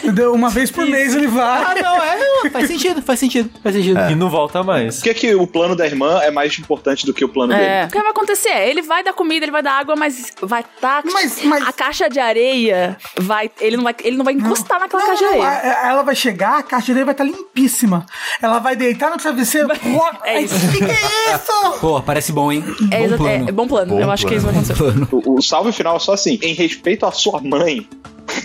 [SPEAKER 4] Entendeu? Uma vez por mês ele
[SPEAKER 5] Ah,
[SPEAKER 4] vai.
[SPEAKER 5] não, é, não, faz sentido, faz sentido, faz sentido.
[SPEAKER 3] E não volta mais.
[SPEAKER 6] Por que, que o plano da irmã é mais importante do que o plano dele?
[SPEAKER 2] É. O que vai acontecer? é, Ele vai dar comida, ele vai dar água, mas vai tá.
[SPEAKER 4] Mas- mas-
[SPEAKER 2] A caixa de areia vai. Ele não vai, ele não vai encostar naquela
[SPEAKER 4] Não,
[SPEAKER 2] caixa
[SPEAKER 4] não,
[SPEAKER 2] de
[SPEAKER 4] a-
[SPEAKER 2] areia.
[SPEAKER 4] a- ela vai chegar, a caixa de areia vai estar limpíssima. Ela vai deitar no travesseiro. Pô,
[SPEAKER 2] É
[SPEAKER 4] aí,
[SPEAKER 2] isso.
[SPEAKER 4] Que que é isso?
[SPEAKER 5] Pô, parece bom, hein?
[SPEAKER 2] É,
[SPEAKER 5] bom
[SPEAKER 2] exa- é,
[SPEAKER 5] plano.
[SPEAKER 2] é bom plano.
[SPEAKER 1] Bom
[SPEAKER 2] Eu acho que isso vai acontecer.
[SPEAKER 5] plano.
[SPEAKER 6] O, o salve final é só assim, em respeito à sua mãe.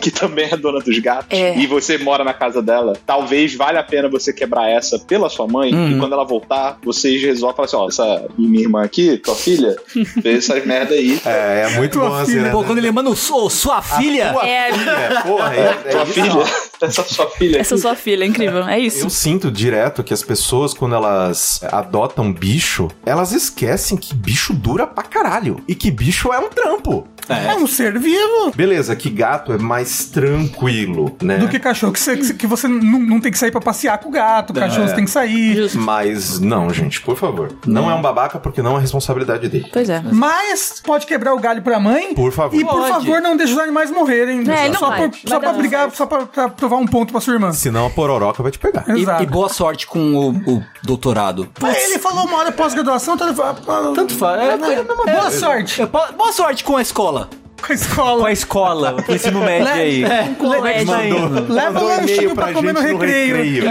[SPEAKER 6] Que também é dona dos gatos
[SPEAKER 2] É.
[SPEAKER 6] e você mora na casa dela, talvez valha a pena você quebrar essa pela sua mãe.
[SPEAKER 1] Uhum.
[SPEAKER 6] E quando ela voltar, vocês resolvem falar assim: ó, essa minha irmã aqui, tua filha, fez essas merda aí.
[SPEAKER 1] É, é muito
[SPEAKER 4] Tua
[SPEAKER 1] bom assim,
[SPEAKER 4] filha,
[SPEAKER 1] né?
[SPEAKER 5] Pô, quando ele manda o su- sua filha.
[SPEAKER 1] Tua
[SPEAKER 2] É.
[SPEAKER 1] filha, porra, é, é
[SPEAKER 6] Tua
[SPEAKER 1] isso,
[SPEAKER 6] filha,
[SPEAKER 1] ó.
[SPEAKER 6] essa sua filha.
[SPEAKER 2] Essa é sua filha, é incrível. É isso.
[SPEAKER 1] Eu sinto direto que as pessoas, quando elas adotam bicho, elas esquecem que bicho dura pra caralho. E que bicho é um trampo.
[SPEAKER 4] É um ser vivo.
[SPEAKER 1] Beleza, que gato é mais tranquilo, né?
[SPEAKER 4] Do que cachorro, que você, que você não, não tem que sair pra passear com o gato, o cachorro você tem que sair.
[SPEAKER 1] Mas não, gente, por favor. Não é um babaca porque não é responsabilidade dele.
[SPEAKER 2] Pois é.
[SPEAKER 4] Mas pode quebrar o galho pra mãe.
[SPEAKER 1] Por favor.
[SPEAKER 4] E por
[SPEAKER 5] Pode.
[SPEAKER 4] favor, não deixe os animais morrerem.
[SPEAKER 2] É, não
[SPEAKER 4] só
[SPEAKER 2] vai.
[SPEAKER 4] por-
[SPEAKER 2] Vai
[SPEAKER 4] só
[SPEAKER 2] dar
[SPEAKER 4] pra
[SPEAKER 2] não.
[SPEAKER 4] brigar, só pra, pra provar um ponto pra sua irmã.
[SPEAKER 1] Senão a pororoca vai te pegar.
[SPEAKER 5] E-
[SPEAKER 4] Exato.
[SPEAKER 5] E, boa sorte com o, o doutorado.
[SPEAKER 4] Mas ele falou uma hora pós-graduação, então ele falou, ah,
[SPEAKER 5] Tanto faz. É,
[SPEAKER 4] é,
[SPEAKER 5] é,
[SPEAKER 4] boa
[SPEAKER 5] é,
[SPEAKER 4] sorte
[SPEAKER 5] é, po- boa sorte com a escola.
[SPEAKER 4] com a
[SPEAKER 3] Com
[SPEAKER 4] escola.
[SPEAKER 3] a escola, com o ensino
[SPEAKER 5] Né?
[SPEAKER 3] médio aí.
[SPEAKER 5] É,
[SPEAKER 2] Colégio.
[SPEAKER 4] Leva
[SPEAKER 1] um
[SPEAKER 4] o lanchinho pra comer no recreio.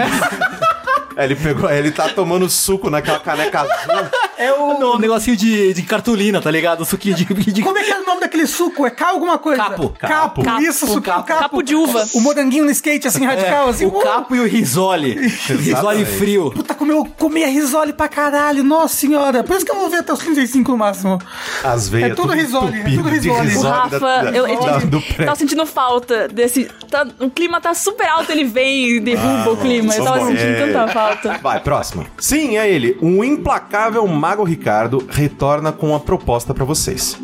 [SPEAKER 1] É, ele pegou, ele tá tomando suco naquela caneca azul.
[SPEAKER 5] É o um negocinho de, de cartolina, tá ligado? O suquinho de. de...
[SPEAKER 4] Como é que é o nome daquele suco? É K alguma coisa?
[SPEAKER 5] Capo.
[SPEAKER 4] Capo.
[SPEAKER 2] Capo.
[SPEAKER 4] Isso, suco é um
[SPEAKER 5] Capo.
[SPEAKER 4] capo.
[SPEAKER 2] Capo de uva.
[SPEAKER 4] O moranguinho no skate, assim, radical, assim.
[SPEAKER 5] o capo e o risole. risole
[SPEAKER 1] Exatamente.
[SPEAKER 5] frio.
[SPEAKER 4] Puta, comeu, comia risole pra caralho. Nossa senhora. Por isso que eu vou ver até os 35 no máximo.
[SPEAKER 1] As veias.
[SPEAKER 4] É tudo risole, é
[SPEAKER 1] entupido
[SPEAKER 4] tudo
[SPEAKER 1] de
[SPEAKER 4] risole.
[SPEAKER 2] O
[SPEAKER 1] risole
[SPEAKER 2] Rafa,
[SPEAKER 1] da- da-
[SPEAKER 2] eu, tá eu
[SPEAKER 1] da- do pré.
[SPEAKER 2] tava sentindo falta desse. tá- o clima tá super alto, ele vem e derruba o clima. Eu tava
[SPEAKER 1] vambora.
[SPEAKER 2] sentindo
[SPEAKER 1] Ah, É.
[SPEAKER 2] tanta falta.
[SPEAKER 1] Vai, próximo. Sim, é ele. O implacável Mago Ricardo retorna com uma proposta pra vocês.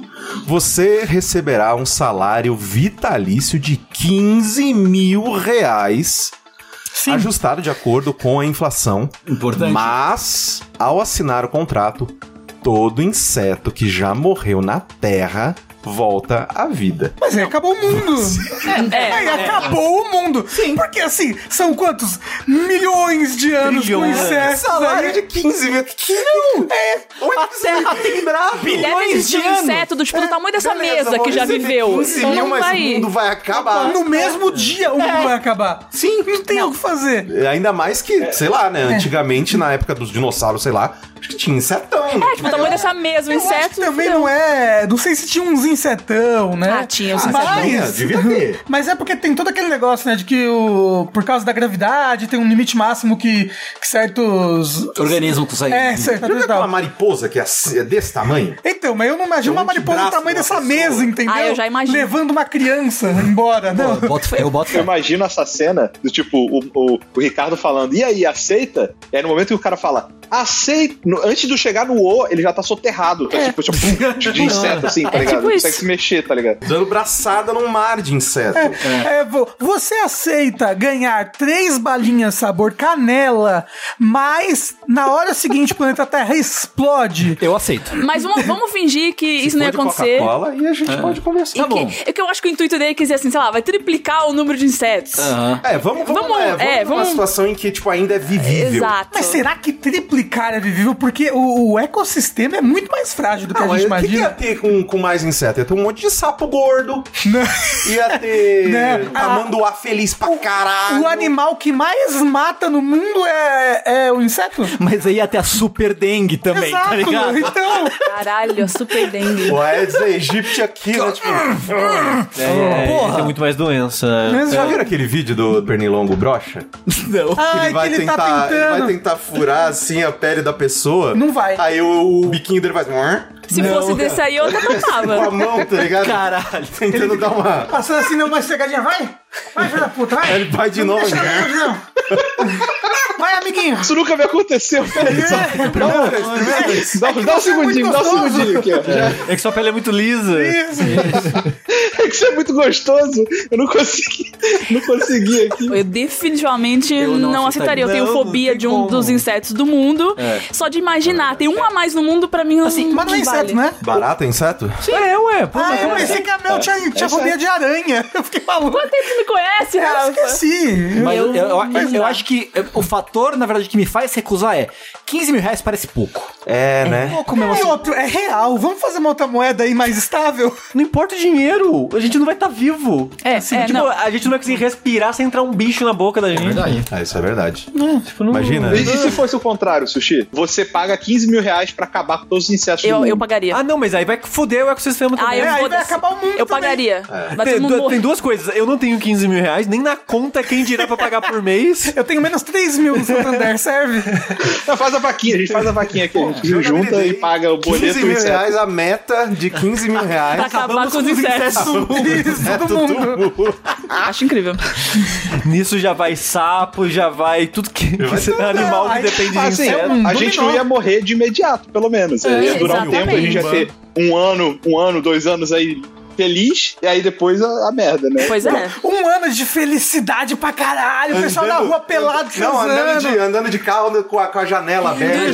[SPEAKER 1] Você receberá um salário vitalício de 15 mil reais,
[SPEAKER 4] Sim.
[SPEAKER 1] ajustado de acordo com a inflação.
[SPEAKER 5] Importante.
[SPEAKER 1] Mas, ao assinar o contrato, todo inseto que já morreu na Terra volta à vida.
[SPEAKER 4] Mas aí acabou o mundo.
[SPEAKER 2] É.
[SPEAKER 4] Aí acabou o mundo. Sim. Porque assim, são quantos? Milhões de anos
[SPEAKER 5] Trilhões.
[SPEAKER 4] com
[SPEAKER 2] É,
[SPEAKER 4] né? insetos. aí.
[SPEAKER 1] 15 mil.
[SPEAKER 5] É. A terra tem braço.
[SPEAKER 2] Bilhões de é inseto do tipo,
[SPEAKER 1] É,
[SPEAKER 4] É,
[SPEAKER 2] do tamanho dessa mesa que já viveu.
[SPEAKER 1] 15
[SPEAKER 2] Então
[SPEAKER 1] mil,
[SPEAKER 2] não
[SPEAKER 1] mas
[SPEAKER 2] vai.
[SPEAKER 1] o mundo vai acabar.
[SPEAKER 4] No
[SPEAKER 2] É.
[SPEAKER 4] mesmo dia o mundo vai acabar. Sim. Não tem o que fazer.
[SPEAKER 1] É, Ainda mais que, sei lá,
[SPEAKER 2] É.
[SPEAKER 1] né? Antigamente, na época dos dinossauros, sei lá, acho que tinha insetão.
[SPEAKER 2] É, tipo, o tamanho dessa mesa, o
[SPEAKER 4] Eu acho que
[SPEAKER 2] inseto.
[SPEAKER 4] também não é. Não sei se tinha uns insetão, né?
[SPEAKER 2] Ah, tinha uns
[SPEAKER 1] Tinha,
[SPEAKER 4] Mas,
[SPEAKER 1] devia
[SPEAKER 2] Uhum.
[SPEAKER 1] ter.
[SPEAKER 4] mas é porque tem todo aquele negócio, né? De que o, por causa da gravidade tem um limite máximo que, que certos.
[SPEAKER 5] Organismo com sangue.
[SPEAKER 4] É, certo.
[SPEAKER 1] Lembra aquela mariposa que é assim- é desse tamanho?
[SPEAKER 4] Então, mas eu não imagino uma
[SPEAKER 1] Tem um
[SPEAKER 4] mariposa do
[SPEAKER 1] braço
[SPEAKER 4] tamanho
[SPEAKER 1] de uma
[SPEAKER 4] dessa
[SPEAKER 1] pessoa.
[SPEAKER 4] mesa, entendeu?
[SPEAKER 2] Ah, eu já imagino.
[SPEAKER 4] Levando uma criança embora. Não.
[SPEAKER 5] Eu boto fé, eu boto fé.
[SPEAKER 6] Eu imagino essa cena do tipo, o, o, o Ricardo falando, e aí, aceita? E aí no momento que o cara fala, aceita. no- antes de eu chegar no O, ele já tá soterrado. Tá, tipo, tipo, pum, de inseto, assim, tá
[SPEAKER 2] É
[SPEAKER 6] ligado?
[SPEAKER 2] tipo
[SPEAKER 6] não
[SPEAKER 2] isso.
[SPEAKER 6] consegue se mexer, tá ligado?
[SPEAKER 1] Dando braçada num mar de inseto.
[SPEAKER 4] É, vo- você aceita ganhar três balinhas sabor canela, mas na hora seguinte o planeta Terra explode.
[SPEAKER 5] Eu aceito.
[SPEAKER 2] Mas vamos, vamos fingir que
[SPEAKER 1] Se
[SPEAKER 2] isso não ia
[SPEAKER 1] for de
[SPEAKER 2] acontecer.
[SPEAKER 1] Coca-Cola e a gente pode conversar.
[SPEAKER 5] Tá
[SPEAKER 2] E que, é que eu acho que o intuito dele quer dizer assim, sei lá, vai triplicar o número de insetos.
[SPEAKER 5] Aham.
[SPEAKER 1] É, vamos, vamos,
[SPEAKER 2] Vamos,
[SPEAKER 1] é, vamos
[SPEAKER 2] é,
[SPEAKER 1] numa
[SPEAKER 2] vamos-
[SPEAKER 1] situação em que, tipo, ainda é vivível.
[SPEAKER 2] Exato.
[SPEAKER 4] Mas será que cara é vivível porque o, o ecossistema é muito mais frágil do que a gente
[SPEAKER 1] o que, é? que ia
[SPEAKER 4] imagina.
[SPEAKER 1] ter com, com mais inseto? Ia ter um monte de sapo gordo. Ia ter
[SPEAKER 4] Né?
[SPEAKER 1] tamanduá feliz pra caralho.
[SPEAKER 4] O animal que mais mata no mundo é, é o inseto?
[SPEAKER 5] Mas aí até a super dengue também, tá
[SPEAKER 4] Exato,
[SPEAKER 5] ligado?
[SPEAKER 4] então.
[SPEAKER 2] Caralho, a super dengue.
[SPEAKER 1] O Aedes aegypti aqui, né? Tipo...
[SPEAKER 3] É,
[SPEAKER 5] Porra.
[SPEAKER 3] Tem muito mais doença.
[SPEAKER 1] Vocês já viram aquele vídeo do Pernilongo Brocha?
[SPEAKER 5] Não.
[SPEAKER 4] Ai, que ele
[SPEAKER 1] tentar,
[SPEAKER 4] tá
[SPEAKER 1] ele vai
[SPEAKER 4] pintando.
[SPEAKER 1] tentar furar assim a pele da pessoa.
[SPEAKER 4] Não vai.
[SPEAKER 1] Aí o, o biquinho dele faz.
[SPEAKER 2] Se fosse desse aí, eu até
[SPEAKER 1] Com a
[SPEAKER 2] topava.
[SPEAKER 1] mão, tá ligado?
[SPEAKER 5] Caralho.
[SPEAKER 1] Tentando dar uma.
[SPEAKER 4] Passando assim, não, mais pegadinha, vai! Vai, filho da puta, vai!
[SPEAKER 1] Ele vai de
[SPEAKER 4] Não
[SPEAKER 1] novo,
[SPEAKER 4] deixa
[SPEAKER 1] né?
[SPEAKER 4] ela longe, não. Vai, amiguinho!
[SPEAKER 6] Isso nunca me aconteceu, peraí. só. Dá um- Dá, um- dá um
[SPEAKER 4] Nossa, é muito
[SPEAKER 6] segundinho, dá um
[SPEAKER 4] gostoso.
[SPEAKER 6] segundinho aqui, ó. Já-
[SPEAKER 3] É que sua pele é muito lisa.
[SPEAKER 4] Isso.
[SPEAKER 6] É que isso é muito gostoso. Eu não consegui. Não consegui aqui.
[SPEAKER 2] Eu definitivamente
[SPEAKER 5] Eu não
[SPEAKER 2] não, aceitaria.
[SPEAKER 5] aceitaria. É.
[SPEAKER 2] Eu tenho
[SPEAKER 5] Não,
[SPEAKER 2] fobia
[SPEAKER 5] não tem
[SPEAKER 2] de um
[SPEAKER 5] como.
[SPEAKER 2] dos insetos do mundo. Só de imaginar. Tem um a mais no mundo pra mim. Assim,
[SPEAKER 4] Mas não é inseto, né?
[SPEAKER 1] Barata, inseto?
[SPEAKER 3] Sim. É, ué. Pô,
[SPEAKER 4] Ah,
[SPEAKER 3] mas
[SPEAKER 4] eu pensei que a Mel tinha,
[SPEAKER 5] é
[SPEAKER 4] tinha fobia de aranha. Eu fiquei maluco.
[SPEAKER 2] Quanto tempo você me conhece,
[SPEAKER 4] Eu
[SPEAKER 2] Rafa?
[SPEAKER 4] esqueci.
[SPEAKER 5] Mas eu, eu- eu-
[SPEAKER 2] Mas
[SPEAKER 5] eu
[SPEAKER 2] não.
[SPEAKER 5] acho que eh, o fator, na verdade, que me faz recusar é 15 mil reais parece pouco.
[SPEAKER 1] É, né?
[SPEAKER 5] Pouco mesmo
[SPEAKER 4] E
[SPEAKER 5] assim.
[SPEAKER 4] outro, é real. Vamos fazer uma outra moeda aí mais estável?
[SPEAKER 3] Não importa o dinheiro, a gente não vai estar vivo.
[SPEAKER 2] É, é,
[SPEAKER 3] tipo,
[SPEAKER 2] não.
[SPEAKER 3] a gente não vai conseguir respirar sem entrar um bicho na boca da gente.
[SPEAKER 1] Ah, isso é verdade.
[SPEAKER 3] Tipo, não-
[SPEAKER 1] Imagina.
[SPEAKER 6] E, e se fosse o contrário, Sushi? Você paga 15 mil reais pra acabar com todos os insetos do
[SPEAKER 2] Eu,
[SPEAKER 6] mundo.
[SPEAKER 2] eu pagaria.
[SPEAKER 3] Ah, não, mas aí vai foder o ecossistema
[SPEAKER 2] Ah,
[SPEAKER 3] também.
[SPEAKER 2] eu
[SPEAKER 4] É, aí
[SPEAKER 2] vou
[SPEAKER 4] vai acabar o mundo
[SPEAKER 2] Eu
[SPEAKER 4] também.
[SPEAKER 2] pagaria.
[SPEAKER 5] É.
[SPEAKER 2] Mas
[SPEAKER 3] tem,
[SPEAKER 2] todo mundo
[SPEAKER 3] du- tem
[SPEAKER 2] morre.
[SPEAKER 3] duas coisas. Eu não tenho 15 mil reais, nem na conta quem dirá pra pagar por mês.
[SPEAKER 4] Eu tenho menos 3 mil no Santander, serve?
[SPEAKER 6] Não, faz a vaquinha, a gente faz a vaquinha aqui. A gente junta e Tá paga o boleto
[SPEAKER 1] 15
[SPEAKER 6] do
[SPEAKER 1] mil
[SPEAKER 6] inseto.
[SPEAKER 1] reais a meta de 15 mil
[SPEAKER 2] Pra
[SPEAKER 1] reais. É,
[SPEAKER 2] acabar com os insetos.
[SPEAKER 4] Isso, todo mundo.
[SPEAKER 2] Acho incrível.
[SPEAKER 3] Nisso já vai sapo, já vai tudo né? que, que se- animal que
[SPEAKER 4] Aí-
[SPEAKER 3] depende de
[SPEAKER 5] é
[SPEAKER 6] Assim,
[SPEAKER 5] um
[SPEAKER 3] inseto.
[SPEAKER 6] a gente não ia morrer de imediato, pelo menos. ia durar
[SPEAKER 2] exatamente.
[SPEAKER 6] um tempo, a gente ia ter um ano, um ano, dois anos aí feliz, e aí depois a, a merda, né?
[SPEAKER 2] Pois é.
[SPEAKER 4] Um ano de felicidade pra caralho. O pessoal na
[SPEAKER 1] Andando-
[SPEAKER 4] rua pelado,
[SPEAKER 1] Tá Não, andando
[SPEAKER 4] transando.
[SPEAKER 1] de, andando de carro andando com a, com a janela aberta.
[SPEAKER 2] Dormir,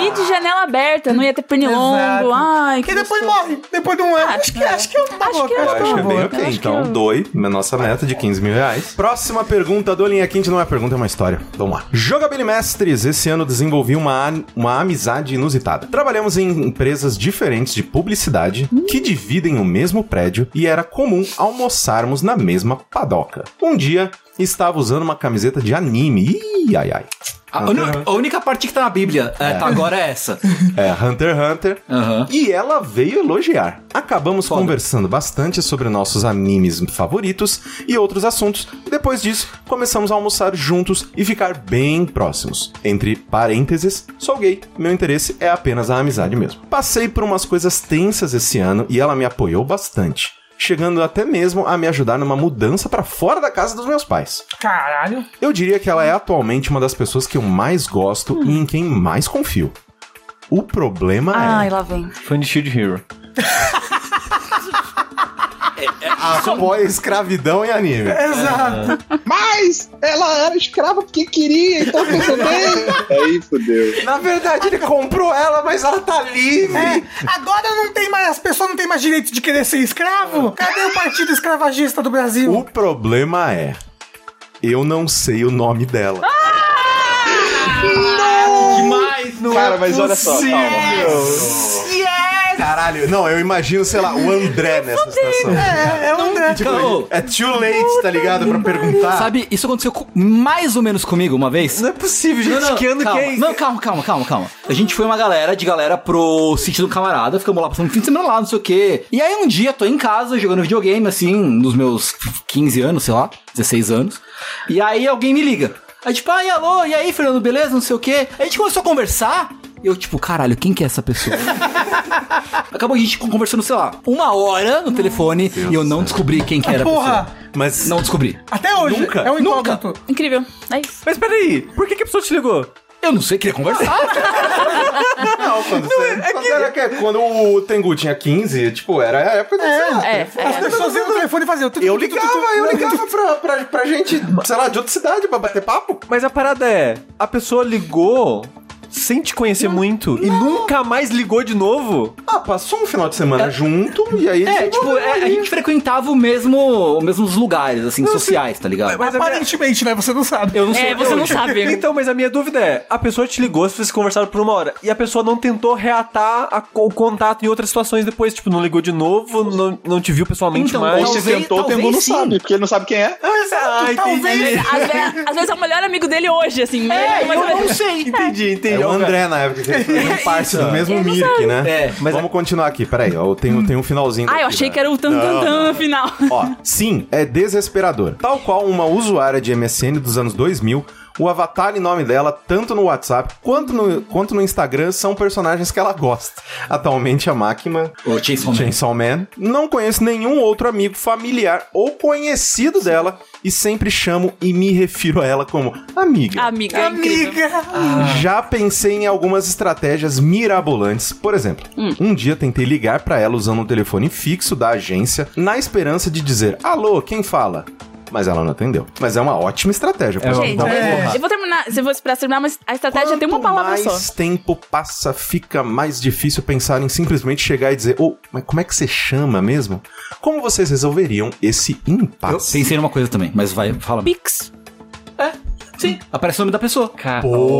[SPEAKER 2] dormir de janela aberta, não ia ter pernilongo.
[SPEAKER 4] Exato.
[SPEAKER 2] Ai, que
[SPEAKER 4] E depois
[SPEAKER 2] gostoso.
[SPEAKER 4] morre. Depois de um ano.
[SPEAKER 2] Acho
[SPEAKER 4] Acho que,
[SPEAKER 2] que é.
[SPEAKER 4] acho que é uma
[SPEAKER 2] Acho
[SPEAKER 4] boa.
[SPEAKER 2] que é
[SPEAKER 4] Acho que
[SPEAKER 1] Acho que
[SPEAKER 4] é uma
[SPEAKER 1] é bem
[SPEAKER 4] boa.
[SPEAKER 2] Eu
[SPEAKER 1] ok.
[SPEAKER 2] acho
[SPEAKER 1] Então,
[SPEAKER 2] que eu-
[SPEAKER 1] doe a nossa meta de 15 mil reais. Próxima pergunta do Linha Quente não é pergunta, é uma história. Vamos lá. Jogabili Mestres, esse ano desenvolvi uma, an- uma amizade inusitada. Trabalhamos em empresas diferentes de publicidade que dividem o mesmo prédio e era comum almoçarmos na mesma padoca. Um dia, estava usando uma camiseta de anime. Ih, ai, ai.
[SPEAKER 5] A, uni- a única parte que tá na Bíblia é, tá, agora é essa.
[SPEAKER 1] É, Hunter x Hunter.
[SPEAKER 5] Aham.
[SPEAKER 1] E ela veio elogiar. Acabamos conversando bastante sobre nossos animes favoritos e outros assuntos. Depois disso, começamos a almoçar juntos e ficar bem próximos. Entre parênteses, sou gay, meu interesse é apenas a amizade mesmo. Passei por umas coisas tensas esse ano e ela me apoiou bastante. Chegando até mesmo a me ajudar numa mudança para fora da casa dos meus pais.
[SPEAKER 4] Caralho.
[SPEAKER 1] Eu diria que ela é atualmente uma das pessoas que eu mais gosto e em quem mais confio. O problema é.
[SPEAKER 2] Ai, lá vem.
[SPEAKER 3] Fã de Shield Hero.
[SPEAKER 1] apoia Ah, escravidão em anime.
[SPEAKER 4] Exato.
[SPEAKER 6] Mas ela era escrava porque queria, então pensou bem. Aí fudeu.
[SPEAKER 1] Na verdade, ele comprou ela, mas ela tá livre.
[SPEAKER 4] É, agora não tem mais, as pessoas não têm mais direito de querer ser escravo? Cadê o partido escravagista do Brasil?
[SPEAKER 1] O problema é. Eu não sei o nome dela.
[SPEAKER 5] Demais, não é
[SPEAKER 6] Cara, mas olha só, calma.
[SPEAKER 1] Caralho, não, eu imagino, sei lá, o André nessa situação.
[SPEAKER 4] É, é o André.
[SPEAKER 5] Ô,
[SPEAKER 1] É too late, tá ligado? Pra perguntar.
[SPEAKER 5] Tipo, Sabe, isso aconteceu com- mais ou menos comigo uma vez.
[SPEAKER 3] Não é possível, gente. que ano
[SPEAKER 5] calma.
[SPEAKER 3] que é isso?
[SPEAKER 5] Não, calma, calma, calma, calma. A gente foi uma galera de galera pro sítio do camarada, ficamos lá passando um fim de semana lá, não sei o quê. E aí um dia tô em casa jogando videogame, assim, nos meus 15 anos, sei lá, 16 anos. E aí alguém me liga. Aí tipo, ai, alô, e aí, Fernando, beleza? Não sei o quê. Aí a gente começou a conversar. E eu, tipo, caralho, quem que é essa pessoa? Acabou a gente conversando, sei lá, uma hora no telefone e eu não descobri quem que era a pessoa.
[SPEAKER 4] Porra,
[SPEAKER 1] Mas.
[SPEAKER 5] Não descobri.
[SPEAKER 4] até hoje
[SPEAKER 3] Nunca,
[SPEAKER 4] é um incógnito.
[SPEAKER 2] Incrível. É isso.
[SPEAKER 3] Mas peraí, por que, que a pessoa te ligou?
[SPEAKER 5] Eu não sei, queria conversar.
[SPEAKER 1] Não, quando você.
[SPEAKER 5] é
[SPEAKER 1] quando, era que- é, quando o Tengu tinha 15, tipo, era a época do celular.
[SPEAKER 2] É,
[SPEAKER 4] As
[SPEAKER 2] é.
[SPEAKER 4] pessoas iam no telefone e faziam...
[SPEAKER 1] Eu ligava, eu ligava pra, pra, pra gente, sei lá, de outra cidade pra bater papo.
[SPEAKER 3] Mas a parada é, a pessoa ligou sem te conhecer muito e nunca mais ligou de novo?
[SPEAKER 1] Ah, passou um final de semana junto e aí.
[SPEAKER 5] É, tipo, é, a gente frequentava o mesmo, os mesmos lugares, assim, sociais, tá ligado?
[SPEAKER 3] Mas a minha-
[SPEAKER 4] Aparentemente, né? Você não sabe.
[SPEAKER 3] Eu não
[SPEAKER 2] É, você não sabe.
[SPEAKER 3] Então, mas a minha dúvida é: a pessoa te ligou, vocês conversaram por uma hora, e a pessoa não tentou reatar a- o contato em outras situações depois, tipo, não ligou de novo, não, não te viu pessoalmente
[SPEAKER 5] Então,
[SPEAKER 3] mais.
[SPEAKER 6] Ou se
[SPEAKER 5] Talvez-
[SPEAKER 6] tentou, o
[SPEAKER 5] talvez
[SPEAKER 6] Tengu não
[SPEAKER 5] sim.
[SPEAKER 6] sabe, porque ele não sabe quem é.
[SPEAKER 3] Ah,
[SPEAKER 2] Às
[SPEAKER 3] entendi.
[SPEAKER 2] ve- às vezes, é o melhor amigo dele hoje, assim.
[SPEAKER 5] É,
[SPEAKER 2] né? Mas-
[SPEAKER 5] eu não sei.
[SPEAKER 3] Entendi, entendi.
[SPEAKER 1] É o
[SPEAKER 3] Olga.
[SPEAKER 1] André na época que ele fazia parte do mesmo Mirk, né?
[SPEAKER 5] É,
[SPEAKER 1] mas
[SPEAKER 3] mas
[SPEAKER 1] vamos continuar aqui, peraí. ó, Tem, um- tem um finalzinho.
[SPEAKER 2] Ah, eu achei que era o tan tan tan no final.
[SPEAKER 1] Ó, sim, é desesperador. Tal qual uma usuária de MSN dos anos 2000, o avatar em nome dela, tanto no WhatsApp quanto no, quanto no Instagram, são personagens que ela gosta. Atualmente, a máquina
[SPEAKER 5] o Jason né? Man.
[SPEAKER 1] Chainsaw Man não conheço nenhum outro amigo, familiar ou conhecido dela e sempre chamo e me refiro a ela como amiga.
[SPEAKER 2] Amiga, é incrível.
[SPEAKER 4] Amiga!
[SPEAKER 2] Ah.
[SPEAKER 1] Já pensei em algumas estratégias mirabolantes. Por exemplo,
[SPEAKER 2] Hum.
[SPEAKER 1] um dia tentei ligar pra ela usando um telefone fixo da agência na esperança de dizer: "Alô, quem fala?" Mas ela não atendeu. Mas é uma ótima estratégia. pra
[SPEAKER 2] Gente,
[SPEAKER 1] dar uma
[SPEAKER 4] é.
[SPEAKER 1] porrada.
[SPEAKER 2] eu vou terminar. Se eu fosse pra terminar, mas a estratégia tem uma
[SPEAKER 1] Quanto
[SPEAKER 2] palavra
[SPEAKER 1] mais
[SPEAKER 2] só.
[SPEAKER 1] tempo passa, fica mais difícil pensar em simplesmente chegar e dizer: "Ô, mas como é que você chama mesmo?" Como vocês resolveriam esse
[SPEAKER 5] Eu
[SPEAKER 1] impasse?
[SPEAKER 5] pensei numa coisa também, mas vai, fala.
[SPEAKER 2] Pix.
[SPEAKER 5] Sim, aparece o nome da pessoa.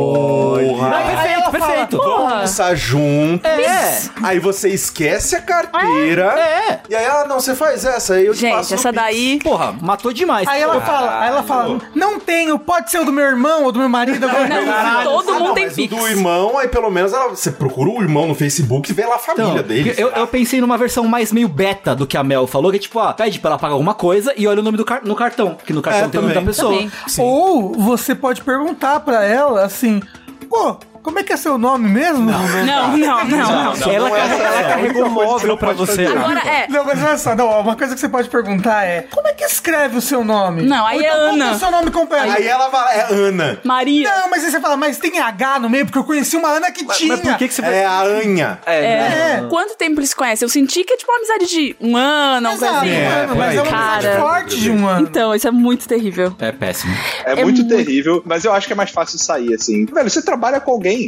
[SPEAKER 1] Porra!
[SPEAKER 5] Perfeito, perfeito.
[SPEAKER 2] Porra.
[SPEAKER 1] Almoçar junto.
[SPEAKER 5] É,
[SPEAKER 1] Aí você esquece a carteira.
[SPEAKER 5] é.
[SPEAKER 1] E aí, ah, não, você faz essa aí, eu te passo
[SPEAKER 2] Gente,
[SPEAKER 1] no
[SPEAKER 2] essa
[SPEAKER 1] Pix.
[SPEAKER 2] daí.
[SPEAKER 5] Porra, matou demais.
[SPEAKER 4] Aí ela fala, aí ela fala, não tenho, pode ser o do meu irmão ou do meu marido. assim." Não,
[SPEAKER 2] Não, todo
[SPEAKER 1] Ah,
[SPEAKER 2] mundo
[SPEAKER 1] não,
[SPEAKER 2] tem
[SPEAKER 1] mas o
[SPEAKER 2] Pix.
[SPEAKER 1] do irmão, aí pelo menos ela- você procura o irmão no Facebook e vê lá a família
[SPEAKER 5] Então,
[SPEAKER 1] dele.
[SPEAKER 5] eu, eu pensei numa versão mais meio beta do que a Mel falou, que é tipo, ah, pede pra ela pagar alguma coisa e olha o nome do car- no cartão, que no cartão
[SPEAKER 1] É,
[SPEAKER 5] tem o nome da
[SPEAKER 1] também.
[SPEAKER 5] pessoa.
[SPEAKER 2] Também.
[SPEAKER 4] Ou você pode perguntar pra ela assim, pô, como é que é seu nome mesmo? Não,
[SPEAKER 2] Não, não, não, não.
[SPEAKER 3] Ela, carrega- ela carregou o móvel pra você.
[SPEAKER 2] Agora é.
[SPEAKER 4] mas olha só, não, ó, uma coisa que você pode perguntar é, como é que escreve o seu nome?
[SPEAKER 2] Não, aí
[SPEAKER 4] Ou
[SPEAKER 2] é
[SPEAKER 4] Como
[SPEAKER 2] Ana.
[SPEAKER 4] é o seu nome completo?
[SPEAKER 1] Aí ela fala, é Ana.
[SPEAKER 2] Maria.
[SPEAKER 4] Não, mas aí você fala, mas tem H no meio, porque eu conheci uma Ana que tinha.
[SPEAKER 3] Mas por que, que você vai.
[SPEAKER 1] É a Anha.
[SPEAKER 2] É. Quanto tempo eles se conhecem? Eu senti que é tipo uma amizade de um ano, alguma coisa
[SPEAKER 4] Exato,
[SPEAKER 2] assim.
[SPEAKER 1] É,
[SPEAKER 4] mano, mas é uma amizade
[SPEAKER 2] Cara.
[SPEAKER 4] forte de um ano.
[SPEAKER 2] Então, isso é muito terrível.
[SPEAKER 5] É péssimo.
[SPEAKER 6] É,
[SPEAKER 2] É
[SPEAKER 6] muito
[SPEAKER 2] muito-
[SPEAKER 6] terrível, mas eu acho que é mais fácil sair, assim. Velho, você trabalha com alguém.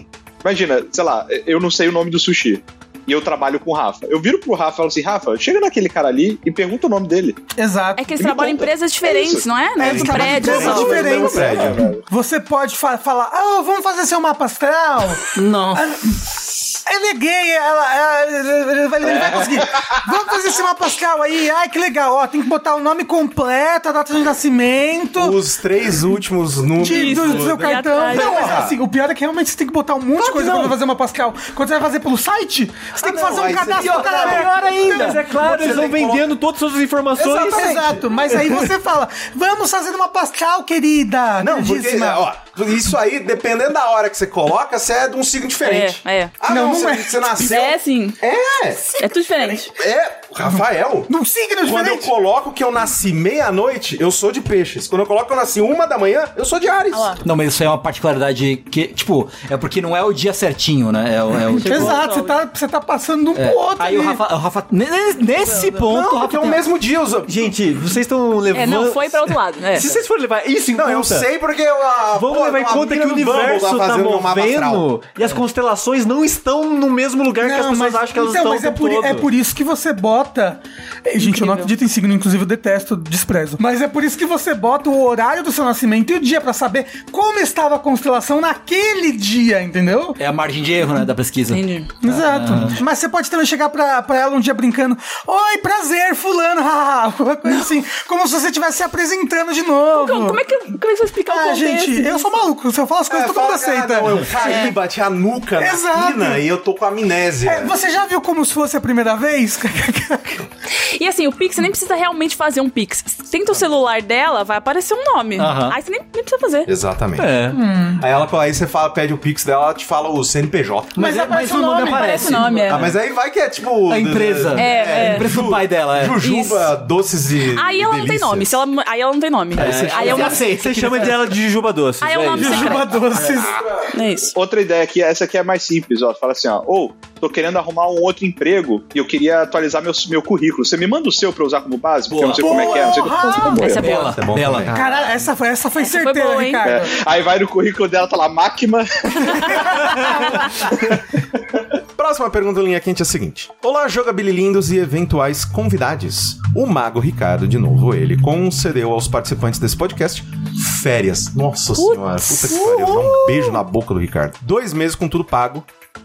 [SPEAKER 6] Imagina, sei lá, eu não sei o nome do sushi. E eu trabalho com o Rafa. Eu viro pro Rafa e falo assim: Rafa, chega naquele cara ali e pergunta o nome dele.
[SPEAKER 4] Exato.
[SPEAKER 2] É que eles
[SPEAKER 6] Me
[SPEAKER 2] trabalham em
[SPEAKER 6] conta.
[SPEAKER 2] empresas
[SPEAKER 6] É
[SPEAKER 2] diferentes,
[SPEAKER 6] isso.
[SPEAKER 2] não é? No
[SPEAKER 4] É,
[SPEAKER 2] mesmo
[SPEAKER 4] eles trabalham em
[SPEAKER 2] prédio. assim.
[SPEAKER 4] empresas
[SPEAKER 2] não.
[SPEAKER 4] diferentes.
[SPEAKER 1] No mesmo prédio.
[SPEAKER 4] Você pode fa- falar, ah, vamos fazer seu mapa astral.
[SPEAKER 5] Não.
[SPEAKER 4] Ele é gay, ela, ela- ele, ele vai, ele vai conseguir. Vamos fazer esse mapa astral aí. Ai, que legal. Ó, tem que botar o nome completo, a data de nascimento.
[SPEAKER 1] Os três últimos números.
[SPEAKER 4] De, do, do seu
[SPEAKER 2] Isso,
[SPEAKER 4] cartão.
[SPEAKER 2] e atrás.
[SPEAKER 4] Não, mas assim, o pior é que realmente você tem que botar um monte de coisa pra fazer uma Pascal. Quando você vai fazer pelo site, você tem que
[SPEAKER 1] não,
[SPEAKER 4] fazer
[SPEAKER 1] aí
[SPEAKER 4] um
[SPEAKER 1] você-
[SPEAKER 4] cadastro
[SPEAKER 1] E
[SPEAKER 4] do
[SPEAKER 1] outra,
[SPEAKER 4] cara.
[SPEAKER 3] Pior ainda. Mas é claro, eles vão vendendo todas as suas informações.
[SPEAKER 4] Exato, exato. Mas aí você fala, vamos fazer uma Pascal, querida.
[SPEAKER 1] Não, porque, é,
[SPEAKER 4] Lindíssima.
[SPEAKER 1] ó, isso aí, dependendo da hora que você coloca, você é de um signo diferente.
[SPEAKER 2] É, é.
[SPEAKER 1] Ah, não,
[SPEAKER 4] Não, não
[SPEAKER 1] você,
[SPEAKER 4] é.
[SPEAKER 1] você nasceu...
[SPEAKER 2] É, sim.
[SPEAKER 1] É,
[SPEAKER 2] É tudo diferente.
[SPEAKER 1] é, Rafael...
[SPEAKER 4] Num signo
[SPEAKER 3] É
[SPEAKER 1] Quando eu
[SPEAKER 4] diferente.
[SPEAKER 1] coloco que eu nasci meia-noite, eu sou de peixes. Quando eu coloco que eu nasci uma da manhã, eu sou de Ares.
[SPEAKER 2] lá.
[SPEAKER 5] Não, mas isso aí é uma particularidade que, tipo, é porque não é o dia certinho, né? É, o- é o tipo,
[SPEAKER 4] Exato, você tá, você tá passando de um pro outro.
[SPEAKER 5] É. Aí o
[SPEAKER 4] ali.
[SPEAKER 5] Rafa, o Rafa ne- ne- nesse ponto, o
[SPEAKER 1] Não,
[SPEAKER 5] Rafa
[SPEAKER 1] porque é o
[SPEAKER 5] tem-
[SPEAKER 1] mesmo dia. Os...
[SPEAKER 3] Gente, vocês estão levando.
[SPEAKER 2] É, não, foi pra outro lado, né?
[SPEAKER 3] Se vocês forem levar isso em
[SPEAKER 1] Não,
[SPEAKER 3] conta.
[SPEAKER 1] eu sei porque eu, a,
[SPEAKER 3] Vamos
[SPEAKER 1] pô,
[SPEAKER 3] levar em
[SPEAKER 1] a
[SPEAKER 3] conta que
[SPEAKER 1] mina
[SPEAKER 3] o
[SPEAKER 1] do Bumble
[SPEAKER 3] universo
[SPEAKER 1] lá
[SPEAKER 3] tá
[SPEAKER 1] fazendo meu mapa astral.
[SPEAKER 3] movendo e as constelações não estão no mesmo lugar É que as pessoas acham que elas
[SPEAKER 4] então,
[SPEAKER 3] estão.
[SPEAKER 4] mas é
[SPEAKER 3] o tempo
[SPEAKER 4] por,
[SPEAKER 3] todo.
[SPEAKER 4] é por isso que você bota. Eh, Gente, eu não
[SPEAKER 2] Incrível.
[SPEAKER 4] acredito em signo, inclusive eu detesto, desprezo. Mas é por isso que você bota o horário do seu nascimento e o dia pra saber como estava a constelação naquele dia, entendeu?
[SPEAKER 3] Ah.
[SPEAKER 5] É a margem de erro, né, da pesquisa.
[SPEAKER 2] Entendi.
[SPEAKER 4] Exato. Mas você pode também chegar pra, pra ela um dia brincando: Oi, prazer, Fulano, haha", uma coisa assim. Como se você estivesse se apresentando de novo.
[SPEAKER 2] Como, como é que, como é que você vai explicar o
[SPEAKER 4] Ah,
[SPEAKER 2] contexto?
[SPEAKER 4] gente, eu sou maluco. Se eu falo as coisas,
[SPEAKER 1] É,
[SPEAKER 4] todo
[SPEAKER 1] fala,
[SPEAKER 4] mundo aceita.
[SPEAKER 3] então.
[SPEAKER 1] "Ah, não, eu caí, bati a nuca na
[SPEAKER 4] Exato.
[SPEAKER 1] esquina e eu tô com amnésia.
[SPEAKER 4] É, Você já viu como se fosse a primeira vez?
[SPEAKER 2] E assim, o Pix, você nem precisa realmente fazer um Pix. Tenta o celular dela, vai aparecer um nome.
[SPEAKER 5] Aham.
[SPEAKER 2] Aí você nem, nem precisa fazer.
[SPEAKER 1] Exatamente.
[SPEAKER 5] É.
[SPEAKER 2] Hum.
[SPEAKER 1] Aí ela aí você fala, pede o Pix dela, ela te fala o CNPJ.
[SPEAKER 5] Mas, é- mas
[SPEAKER 4] aparece
[SPEAKER 5] o
[SPEAKER 4] o
[SPEAKER 5] nome
[SPEAKER 4] nome,
[SPEAKER 5] aparece.
[SPEAKER 2] Parece o nome, é.
[SPEAKER 1] Ah, mas aí vai que é tipo.
[SPEAKER 5] A empresa.
[SPEAKER 2] É,
[SPEAKER 5] A empresa do pai dela, é.
[SPEAKER 1] Jujuba, doces e.
[SPEAKER 2] Aí ela não tem
[SPEAKER 1] delícias.
[SPEAKER 2] nome. Se ela, aí ela não tem nome. aí é uma
[SPEAKER 3] assim,
[SPEAKER 5] aceita.
[SPEAKER 3] Você chama dela de Jujuba Doce.
[SPEAKER 2] Aí é um nome
[SPEAKER 4] Jujuba
[SPEAKER 2] secreto.
[SPEAKER 4] Doces.
[SPEAKER 2] É isso.
[SPEAKER 6] Outra ideia aqui, essa aqui é mais simples, ó. Fala assim, ó, ou tô querendo arrumar um outro emprego e eu queria atualizar meu, meu currículo. Você me manda o seu pra eu usar como base? Porque eu não sei como é que é, não sei como
[SPEAKER 2] Essa é boa.
[SPEAKER 1] Tá bom
[SPEAKER 5] Bela.
[SPEAKER 1] também.
[SPEAKER 4] Caralho, essa foi, essa foi
[SPEAKER 2] Essa foi
[SPEAKER 4] certeira,
[SPEAKER 2] boa, hein?
[SPEAKER 4] Ricardo.
[SPEAKER 6] é. Aí vai no currículo dela, tá lá, máquina.
[SPEAKER 1] Próxima pergunta do Linha Quente é a seguinte. Olá, jogabililindos e eventuais convidados. O Mago Ricardo, de novo ele, concedeu aos participantes desse podcast férias. Nossa senhora, puta que pariu. Dá um beijo na boca do Ricardo. Dois meses com tudo pago.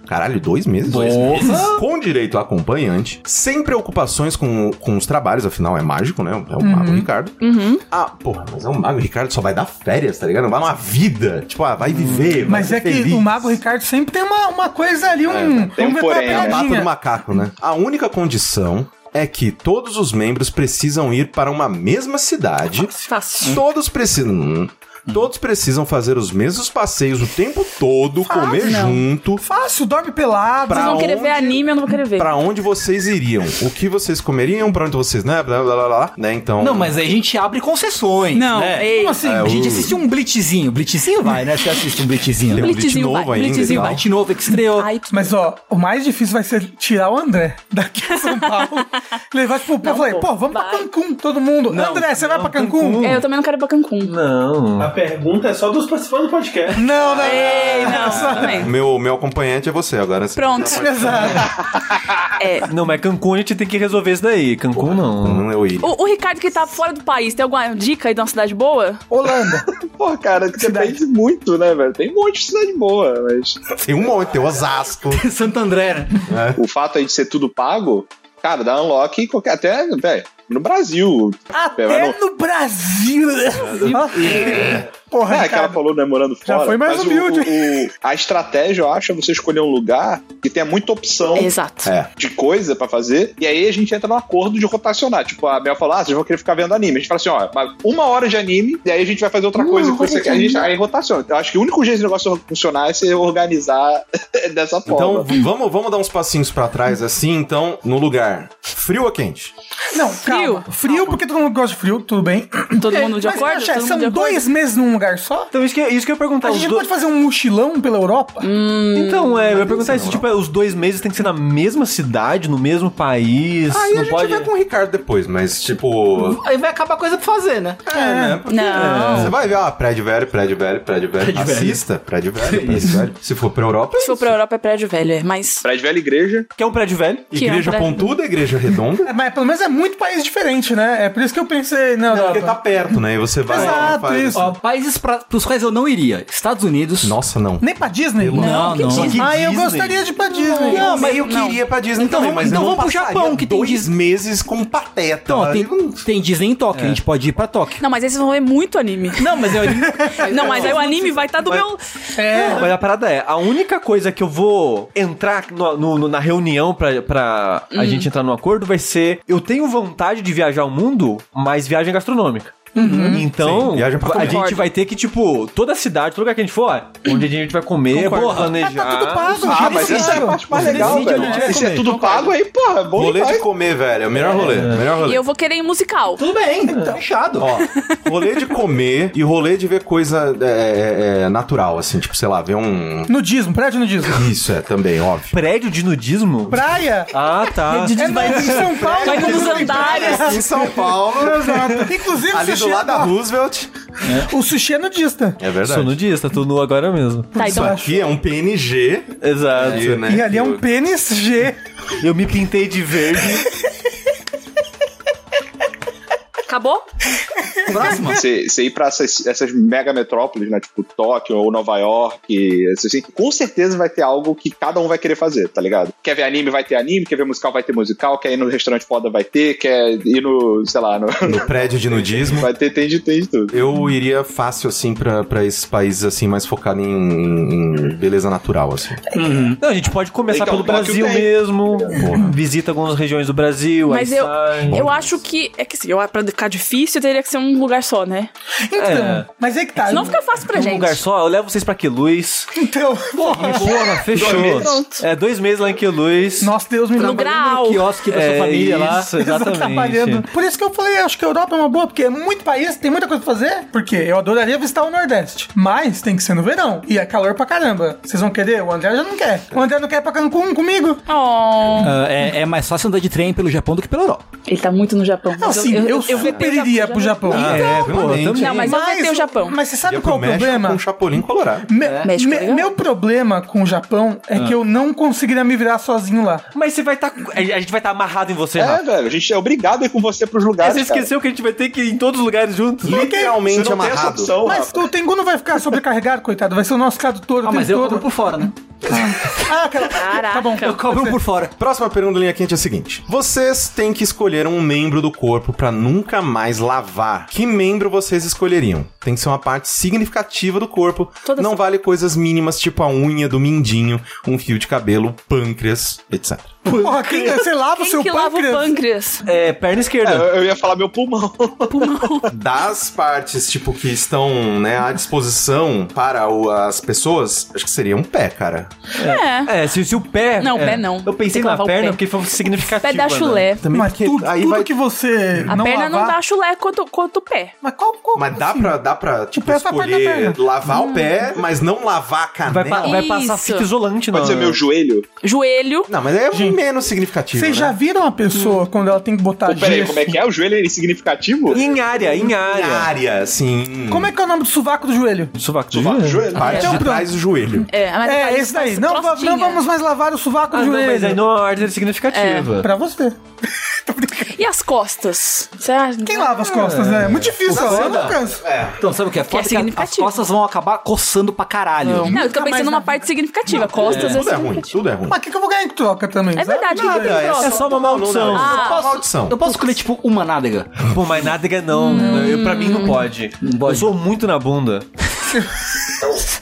[SPEAKER 1] Caralho, dois meses? Dois meses. Com direito a acompanhante, sem preocupações com, com os trabalhos, afinal é mágico, né? É o Mago Ricardo.
[SPEAKER 2] Uhum.
[SPEAKER 1] Ah, porra, mas é um Mago Ricardo, só vai dar férias, tá ligado? Não vai uma vida. Tipo, ah, vai viver. vai
[SPEAKER 4] Mas
[SPEAKER 1] ser
[SPEAKER 4] é que
[SPEAKER 1] feliz.
[SPEAKER 4] o Mago Ricardo sempre tem uma, uma coisa ali, um.
[SPEAKER 6] tem um
[SPEAKER 4] vamos ver qual é a
[SPEAKER 6] porém, né?
[SPEAKER 1] É a pata
[SPEAKER 4] pegadinha.
[SPEAKER 1] do macaco, né? A única condição é que todos os membros precisam ir para uma mesma cidade.
[SPEAKER 2] Fácil.
[SPEAKER 1] Todos precisam. Hum. Todos precisam fazer os mesmos passeios o tempo todo, comer
[SPEAKER 2] não.
[SPEAKER 1] junto.
[SPEAKER 4] Fácil, dorme pelado.
[SPEAKER 1] Pra
[SPEAKER 2] Vocês vão querer
[SPEAKER 1] onde-
[SPEAKER 2] ver anime, eu não vou querer ver.
[SPEAKER 1] Pra onde vocês iriam? O que vocês comeriam? Pra onde vocês, né? Blá, blá, blá, blá, né? Então.
[SPEAKER 5] Não, mas aí a gente abre concessões.
[SPEAKER 2] Não,
[SPEAKER 5] né?
[SPEAKER 2] ei.
[SPEAKER 4] Como assim?
[SPEAKER 5] A gente
[SPEAKER 1] o-
[SPEAKER 5] assiste um blitzinho. Blitzinho vai, né? Você assiste um blitzinho.
[SPEAKER 1] tem
[SPEAKER 5] né?
[SPEAKER 1] um
[SPEAKER 2] Blitzinho
[SPEAKER 1] novo
[SPEAKER 2] vai,
[SPEAKER 1] ainda. e
[SPEAKER 2] Blitzinho
[SPEAKER 5] Blitzinho
[SPEAKER 1] tal.
[SPEAKER 5] vai de novo, que estreou.
[SPEAKER 2] Ai, tu-
[SPEAKER 4] Mas ó, o mais difícil vai ser tirar o André daqui de São Paulo. Levar, tipo, pô,
[SPEAKER 2] Não,
[SPEAKER 4] falei, pô,
[SPEAKER 2] pô,
[SPEAKER 4] vamos pra
[SPEAKER 2] vai.
[SPEAKER 4] Cancún, todo mundo.
[SPEAKER 3] Não,
[SPEAKER 4] André, você vai
[SPEAKER 3] não,
[SPEAKER 4] pra Cancún?
[SPEAKER 3] Cancún.
[SPEAKER 2] É, eu também não quero ir pra Cancún.
[SPEAKER 7] A
[SPEAKER 3] Não.
[SPEAKER 7] pergunta é só dos participantes do podcast.
[SPEAKER 4] Não, não.
[SPEAKER 2] Ei, não, também.
[SPEAKER 1] Meu, meu acompanhante é você agora. assim.
[SPEAKER 2] Pronto.
[SPEAKER 4] Exato.
[SPEAKER 2] É.
[SPEAKER 3] Não, mas Cancún a gente tem que resolver isso daí. Cancún não.
[SPEAKER 1] Hum, eu iria.
[SPEAKER 2] O, o Ricardo que tá fora do país, tem alguma dica aí de uma cidade boa?
[SPEAKER 4] Holanda.
[SPEAKER 6] Pô, cara, que depende muito, né, velho? Tem um monte de cidade boa, mas
[SPEAKER 1] Tem um monte, tem Osasco.
[SPEAKER 5] Santo André, né?
[SPEAKER 6] o fato aí de ser tudo pago, cara, dá unlock em qualquer. Até, velho, no Brasil.
[SPEAKER 4] Até
[SPEAKER 6] Vai
[SPEAKER 4] no Brasil. Porra,
[SPEAKER 6] É, que ela
[SPEAKER 4] Ricardo.
[SPEAKER 6] falou, né, morando
[SPEAKER 4] Já
[SPEAKER 6] fora.
[SPEAKER 4] foi mais
[SPEAKER 6] mas o-
[SPEAKER 4] humilde.
[SPEAKER 6] o- o- a estratégia, eu acho, é você escolher um lugar que tenha muita opção
[SPEAKER 2] Exato.
[SPEAKER 1] É.
[SPEAKER 6] de coisa pra fazer, e aí a gente entra num acordo de rotacionar. Tipo, a Bel fala, ah, vocês vão querer ficar vendo anime. A gente fala assim, ó, mas uma hora de anime, e aí a gente vai fazer outra
[SPEAKER 2] Uma
[SPEAKER 6] coisa que
[SPEAKER 2] hora
[SPEAKER 6] você
[SPEAKER 2] de
[SPEAKER 6] quer. A gente,
[SPEAKER 2] anime.
[SPEAKER 6] aí rotaciona. Então, Eu acho que o único jeito do negócio funcionar é se organizar dessa
[SPEAKER 1] Então,
[SPEAKER 6] forma.
[SPEAKER 1] v- vamos, vamos dar uns passinhos pra trás assim, então, no lugar frio ou quente?
[SPEAKER 4] Não,
[SPEAKER 2] Frio.
[SPEAKER 4] calma. Frio, porque todo mundo gosta de frio, tudo bem.
[SPEAKER 2] Todo mundo de
[SPEAKER 4] Mas,
[SPEAKER 2] acordo?
[SPEAKER 4] poxa,
[SPEAKER 2] Todo mundo
[SPEAKER 4] são
[SPEAKER 2] de acordo?
[SPEAKER 4] dois meses num lugar só?
[SPEAKER 3] Então, isso que, isso que eu ia perguntar.
[SPEAKER 4] A
[SPEAKER 3] os
[SPEAKER 4] gente
[SPEAKER 3] do-
[SPEAKER 4] pode fazer um mochilão pela Europa?
[SPEAKER 3] Então, é, eu ia perguntar isso. Tipo, é, os dois meses tem que ser na mesma cidade, no mesmo país.
[SPEAKER 1] Aí
[SPEAKER 3] não
[SPEAKER 1] a gente
[SPEAKER 3] pode.
[SPEAKER 1] vai com o Ricardo depois, mas tipo.
[SPEAKER 5] Aí vai acabar a coisa pra fazer, né?
[SPEAKER 2] Não.
[SPEAKER 1] Você vai ver, ah, prédio velho, prédio velho, prédio velho.
[SPEAKER 5] Prédio velho.
[SPEAKER 1] Assista, prédio velho, prédio velho. Se for pra Europa,
[SPEAKER 2] Se for pra Europa é prédio velho, é. Mas
[SPEAKER 6] Prédio Velha Igreja.
[SPEAKER 3] Quer um prédio velho?
[SPEAKER 2] que é um
[SPEAKER 1] igreja
[SPEAKER 2] prédio-
[SPEAKER 1] pontuda, igreja redonda.
[SPEAKER 4] É, Mas pelo menos é muito país diferente, né? É por isso que eu pensei. Não, não,
[SPEAKER 1] Porque tá perto, né? E você vai.
[SPEAKER 4] Exato,
[SPEAKER 1] faz- assim.
[SPEAKER 4] isso.
[SPEAKER 5] Ó, países pra, pros quais eu não iria. Estados Unidos.
[SPEAKER 1] Nossa, não.
[SPEAKER 4] Nem pra Disney?
[SPEAKER 5] Não, não.
[SPEAKER 3] Disney?
[SPEAKER 4] Ah, eu
[SPEAKER 3] Disney.
[SPEAKER 4] gostaria de ir pra Disney.
[SPEAKER 1] Não, mas
[SPEAKER 2] Não.
[SPEAKER 1] eu queria pra Disney
[SPEAKER 5] Então
[SPEAKER 1] também,
[SPEAKER 5] vamos-
[SPEAKER 1] mas
[SPEAKER 5] então
[SPEAKER 1] eu não
[SPEAKER 5] vamos pro
[SPEAKER 1] passaria
[SPEAKER 5] Japão, que tem
[SPEAKER 1] dois
[SPEAKER 5] Disney.
[SPEAKER 1] meses com pateta.
[SPEAKER 5] Então, ó, tem,
[SPEAKER 1] Hum,
[SPEAKER 5] tem Disney em Tóquio. A gente pode ir pra Tóquio.
[SPEAKER 2] Não, mas aí vocês vão ver muito anime.
[SPEAKER 5] Não, mas eu...
[SPEAKER 2] Não, mas aí o anime vai estar do meu.
[SPEAKER 4] É.
[SPEAKER 3] Não, mas a parada é, a única coisa que eu vou entrar no- no- no- na reunião pra, pra
[SPEAKER 4] Hum.
[SPEAKER 3] a gente entrar num acordo vai ser, eu tenho vontade de viajar o mundo, mas viagem gastronômica.
[SPEAKER 4] Uhum.
[SPEAKER 3] Então,
[SPEAKER 1] Sim, viagem pra
[SPEAKER 3] a
[SPEAKER 1] comer.
[SPEAKER 3] gente vai ter que, tipo, toda cidade, todo lugar que a gente for, ó, onde a gente vai comer,
[SPEAKER 5] Concordo.
[SPEAKER 3] porra, planejar.
[SPEAKER 4] Mas tá tudo pago.
[SPEAKER 6] Ah,
[SPEAKER 4] já
[SPEAKER 6] mas
[SPEAKER 4] decidiram.
[SPEAKER 6] essa é a parte mais
[SPEAKER 3] Você
[SPEAKER 6] legal,
[SPEAKER 3] decide
[SPEAKER 6] velho.
[SPEAKER 3] onde vai
[SPEAKER 6] E se é
[SPEAKER 3] comer.
[SPEAKER 6] tudo pago, aí, porra, é bom
[SPEAKER 1] Rolê
[SPEAKER 6] demais.
[SPEAKER 1] de comer, velho. É o melhor rolê. Melhor rolê.
[SPEAKER 2] E eu vou querer ir musical.
[SPEAKER 5] Tudo bem, fechado.
[SPEAKER 1] Ó, rolê de comer e rolê de ver coisa é, é, é, natural, assim, tipo, sei lá, ver um.
[SPEAKER 4] Nudismo, prédio nudismo.
[SPEAKER 1] Isso é também, óbvio.
[SPEAKER 3] Prédio de nudismo?
[SPEAKER 4] Praia?
[SPEAKER 3] Ah, tá.
[SPEAKER 4] É, não, em São Paulo.
[SPEAKER 2] Vai com os
[SPEAKER 4] nudismo tem
[SPEAKER 2] andares.
[SPEAKER 4] praia.
[SPEAKER 1] Em São Paulo,
[SPEAKER 4] Exato. Inclusive,
[SPEAKER 1] ali
[SPEAKER 4] o
[SPEAKER 1] do
[SPEAKER 4] sushi,
[SPEAKER 1] lado da
[SPEAKER 4] ó,
[SPEAKER 1] Roosevelt.
[SPEAKER 4] o sushi é nudista.
[SPEAKER 1] É verdade.
[SPEAKER 3] Sou nudista, tô nu agora mesmo.
[SPEAKER 2] Tá,
[SPEAKER 1] Isso
[SPEAKER 2] então.
[SPEAKER 1] aqui é um PNG.
[SPEAKER 3] Exato.
[SPEAKER 1] ali, né?
[SPEAKER 4] E ali é um
[SPEAKER 1] Eu-
[SPEAKER 4] pênis G.
[SPEAKER 3] Eu me pintei de verde.
[SPEAKER 2] Acabou?
[SPEAKER 5] Próximo.
[SPEAKER 6] Você você ir pra essas, essas mega metrópoles, né? Tipo Tóquio ou Nova York, essas assim, com certeza vai ter algo que cada um vai querer fazer, tá ligado? Quer ver anime, vai ter anime, quer ver musical, vai ter musical, quer ir no restaurante foda, vai ter, quer ir no, sei lá, no.
[SPEAKER 1] No prédio de nudismo.
[SPEAKER 6] Vai ter, tem de, tem de tudo.
[SPEAKER 1] Eu iria fácil, assim, pra, pra esses países, assim, mais focado em, em beleza natural, assim.
[SPEAKER 3] Não, a gente pode começar pelo
[SPEAKER 6] Então, Tóquio
[SPEAKER 3] Brasil
[SPEAKER 6] tem.
[SPEAKER 3] mesmo. Visita algumas regiões do Brasil.
[SPEAKER 2] Mas
[SPEAKER 3] aí
[SPEAKER 2] eu,
[SPEAKER 3] sai.
[SPEAKER 2] eu acho que. É que assim, eu, pra ficar difícil teria que ser um lugar só, né?
[SPEAKER 4] Então,
[SPEAKER 3] É.
[SPEAKER 4] mas é que tá.
[SPEAKER 2] Senão fica fácil pra
[SPEAKER 3] Num
[SPEAKER 2] gente.
[SPEAKER 3] Um lugar só, eu levo vocês pra Queluz.
[SPEAKER 4] Então,
[SPEAKER 3] Porra, fechou.
[SPEAKER 2] Pronto.
[SPEAKER 3] É, dois meses lá em Queluz.
[SPEAKER 4] nossa Deus me
[SPEAKER 2] No
[SPEAKER 4] livre.
[SPEAKER 2] grau.
[SPEAKER 5] Quiosque da sua
[SPEAKER 3] É,
[SPEAKER 5] família lá.
[SPEAKER 3] isso, exatamente.
[SPEAKER 4] Trabalhando. Por isso que eu falei, acho que a Europa é uma boa, porque é muito país, tem muita coisa pra fazer. Porque eu adoraria visitar o Nordeste, mas tem que ser no verão. E é calor pra caramba. Vocês vão querer? O André já não quer. O André não quer ir pra Cancún comigo.
[SPEAKER 2] Oh,
[SPEAKER 5] Ah, é, é mais fácil andar de trem pelo Japão do que pela Europa.
[SPEAKER 2] ele tá muito no Japão.
[SPEAKER 4] Não,
[SPEAKER 2] Mas
[SPEAKER 4] sim, eu, super
[SPEAKER 2] vetei o
[SPEAKER 4] iria pro Japão.
[SPEAKER 1] Ah, é,
[SPEAKER 5] Então,
[SPEAKER 1] realmente.
[SPEAKER 2] Não, mas eu vetei o Japão.
[SPEAKER 4] Mas você sabe
[SPEAKER 1] Ia
[SPEAKER 4] qual
[SPEAKER 1] pro
[SPEAKER 4] é o
[SPEAKER 1] México
[SPEAKER 4] problema?
[SPEAKER 1] com o Chapolin colorado.
[SPEAKER 4] Me-
[SPEAKER 2] México
[SPEAKER 4] me-
[SPEAKER 2] é legal.
[SPEAKER 4] meu problema com o Japão é
[SPEAKER 5] Ah.
[SPEAKER 4] que eu não conseguiria me virar sozinho lá.
[SPEAKER 3] Mas você vai estar. a gente vai estar amarrado em você,
[SPEAKER 6] É,
[SPEAKER 3] Rafa.
[SPEAKER 6] velho, a gente é obrigado a ir com você pros
[SPEAKER 3] Aí
[SPEAKER 6] lugares.
[SPEAKER 3] Você
[SPEAKER 6] cara.
[SPEAKER 3] esqueceu que a gente vai ter que ir em todos os lugares juntos?
[SPEAKER 6] Você
[SPEAKER 1] Literalmente
[SPEAKER 6] não tem essa
[SPEAKER 1] amarrado.
[SPEAKER 6] opção,
[SPEAKER 4] Mas
[SPEAKER 6] Rafa.
[SPEAKER 4] o Tengu não vai ficar sobrecarregado, coitado. Vai ser o nosso tradutor o
[SPEAKER 5] Ah,
[SPEAKER 4] tempo
[SPEAKER 5] mas eu
[SPEAKER 4] todo.
[SPEAKER 5] cobro por fora, né?
[SPEAKER 4] Ah, aquela...
[SPEAKER 2] Caraca.
[SPEAKER 4] Tá bom.
[SPEAKER 5] Eu cobro por fora.
[SPEAKER 1] Próxima pergunta linha quente é a seguinte: Vocês têm que escolher um membro do corpo pra nunca mais lavar. Que membro vocês escolheriam? Tem que ser uma parte significativa do corpo.
[SPEAKER 2] Todas-
[SPEAKER 1] Não vale coisas mínimas tipo a unha do mindinho, um fio de cabelo, pâncreas, etc.
[SPEAKER 4] Porra, quem, você lava o
[SPEAKER 2] Quem
[SPEAKER 4] seu
[SPEAKER 2] que lava o
[SPEAKER 4] pâncreas?
[SPEAKER 2] pâncreas?
[SPEAKER 3] É, perna
[SPEAKER 6] É,
[SPEAKER 3] esquerda.
[SPEAKER 6] eu eu ia falar meu pulmão.
[SPEAKER 1] Das partes tipo que estão né, à disposição para o- as pessoas, acho que seria um pé, cara.
[SPEAKER 2] É.
[SPEAKER 3] É, se, se o pé.
[SPEAKER 2] Não, o
[SPEAKER 3] é.
[SPEAKER 2] pé não.
[SPEAKER 3] Eu pensei
[SPEAKER 2] Tem que
[SPEAKER 3] na
[SPEAKER 2] lavar o
[SPEAKER 3] perna
[SPEAKER 2] pé.
[SPEAKER 3] porque foi significativo.
[SPEAKER 2] Pé da chulé.
[SPEAKER 1] Também
[SPEAKER 4] Mas
[SPEAKER 1] porque
[SPEAKER 4] tudo,
[SPEAKER 1] aí
[SPEAKER 4] tudo
[SPEAKER 1] vai
[SPEAKER 4] que você
[SPEAKER 2] A
[SPEAKER 4] não
[SPEAKER 2] perna
[SPEAKER 4] lavar...
[SPEAKER 2] não dá chulé quanto, quanto o pé.
[SPEAKER 4] Mas qual... qual
[SPEAKER 1] Mas dá
[SPEAKER 4] assim?
[SPEAKER 1] pra, dá pra tipo,
[SPEAKER 4] pé tá perto da
[SPEAKER 1] escolher
[SPEAKER 4] perna. Hum.
[SPEAKER 1] lavar o pé, mas não lavar a canela.
[SPEAKER 3] Vai, pa- vai passar
[SPEAKER 2] Isso.
[SPEAKER 3] fita isolante, não.
[SPEAKER 6] Pode ser meu joelho.
[SPEAKER 2] Joelho.
[SPEAKER 1] Não, mas é menos significativo.
[SPEAKER 4] Vocês
[SPEAKER 1] né?
[SPEAKER 4] já viram uma pessoa
[SPEAKER 2] Hum.
[SPEAKER 4] quando ela tem que botar
[SPEAKER 6] Pô, peraí,
[SPEAKER 4] gesso?
[SPEAKER 6] como é que é? O joelho é significativo?
[SPEAKER 3] Em área, em
[SPEAKER 1] Em
[SPEAKER 3] área.
[SPEAKER 1] área, assim.
[SPEAKER 4] Como é que é o nome do sovaco do joelho?
[SPEAKER 3] Sovaco do
[SPEAKER 6] Sovaco
[SPEAKER 3] joelho?
[SPEAKER 6] do joelho.
[SPEAKER 1] Parte
[SPEAKER 4] Então,
[SPEAKER 1] de trás do joelho.
[SPEAKER 2] É, mas
[SPEAKER 4] É,
[SPEAKER 2] faz-
[SPEAKER 4] esse daí.
[SPEAKER 2] faz
[SPEAKER 4] Não, va-
[SPEAKER 2] crostinha.
[SPEAKER 4] não vamos mais lavar o sovaco
[SPEAKER 3] Ah,
[SPEAKER 4] do
[SPEAKER 3] não,
[SPEAKER 4] joelho.
[SPEAKER 3] mas aí não é uma ordem
[SPEAKER 2] É.
[SPEAKER 3] significativa.
[SPEAKER 4] Pra você.
[SPEAKER 2] E as costas? Você acha-
[SPEAKER 4] Quem lava as costas, né? É muito difícil, ó, eu não canso.
[SPEAKER 5] Então, sabe o que é foda?
[SPEAKER 2] Que é
[SPEAKER 5] Que a- as
[SPEAKER 2] significativo.
[SPEAKER 5] costas vão acabar coçando pra caralho.
[SPEAKER 2] Não, eu tô
[SPEAKER 4] mais
[SPEAKER 2] pensando
[SPEAKER 4] na
[SPEAKER 2] numa parte significativa. Costas é,
[SPEAKER 1] Tudo é ruim,
[SPEAKER 2] significativo.
[SPEAKER 1] tudo é ruim.
[SPEAKER 4] Mas assim, tipo, o que, que eu vou ganhar em troca também?
[SPEAKER 2] É
[SPEAKER 4] sabe?
[SPEAKER 2] verdade,
[SPEAKER 4] Nada.
[SPEAKER 2] que que tem troca?
[SPEAKER 3] É só uma
[SPEAKER 1] Não,
[SPEAKER 3] maldição.
[SPEAKER 1] não, não.
[SPEAKER 2] Ah.
[SPEAKER 1] Só uma maldição.
[SPEAKER 5] Eu posso escolher, tipo, uma nádega.
[SPEAKER 3] Pô, mas nádega não. né? Eu, pra mim não pode.
[SPEAKER 5] Não pode.
[SPEAKER 3] Eu sou muito na bunda.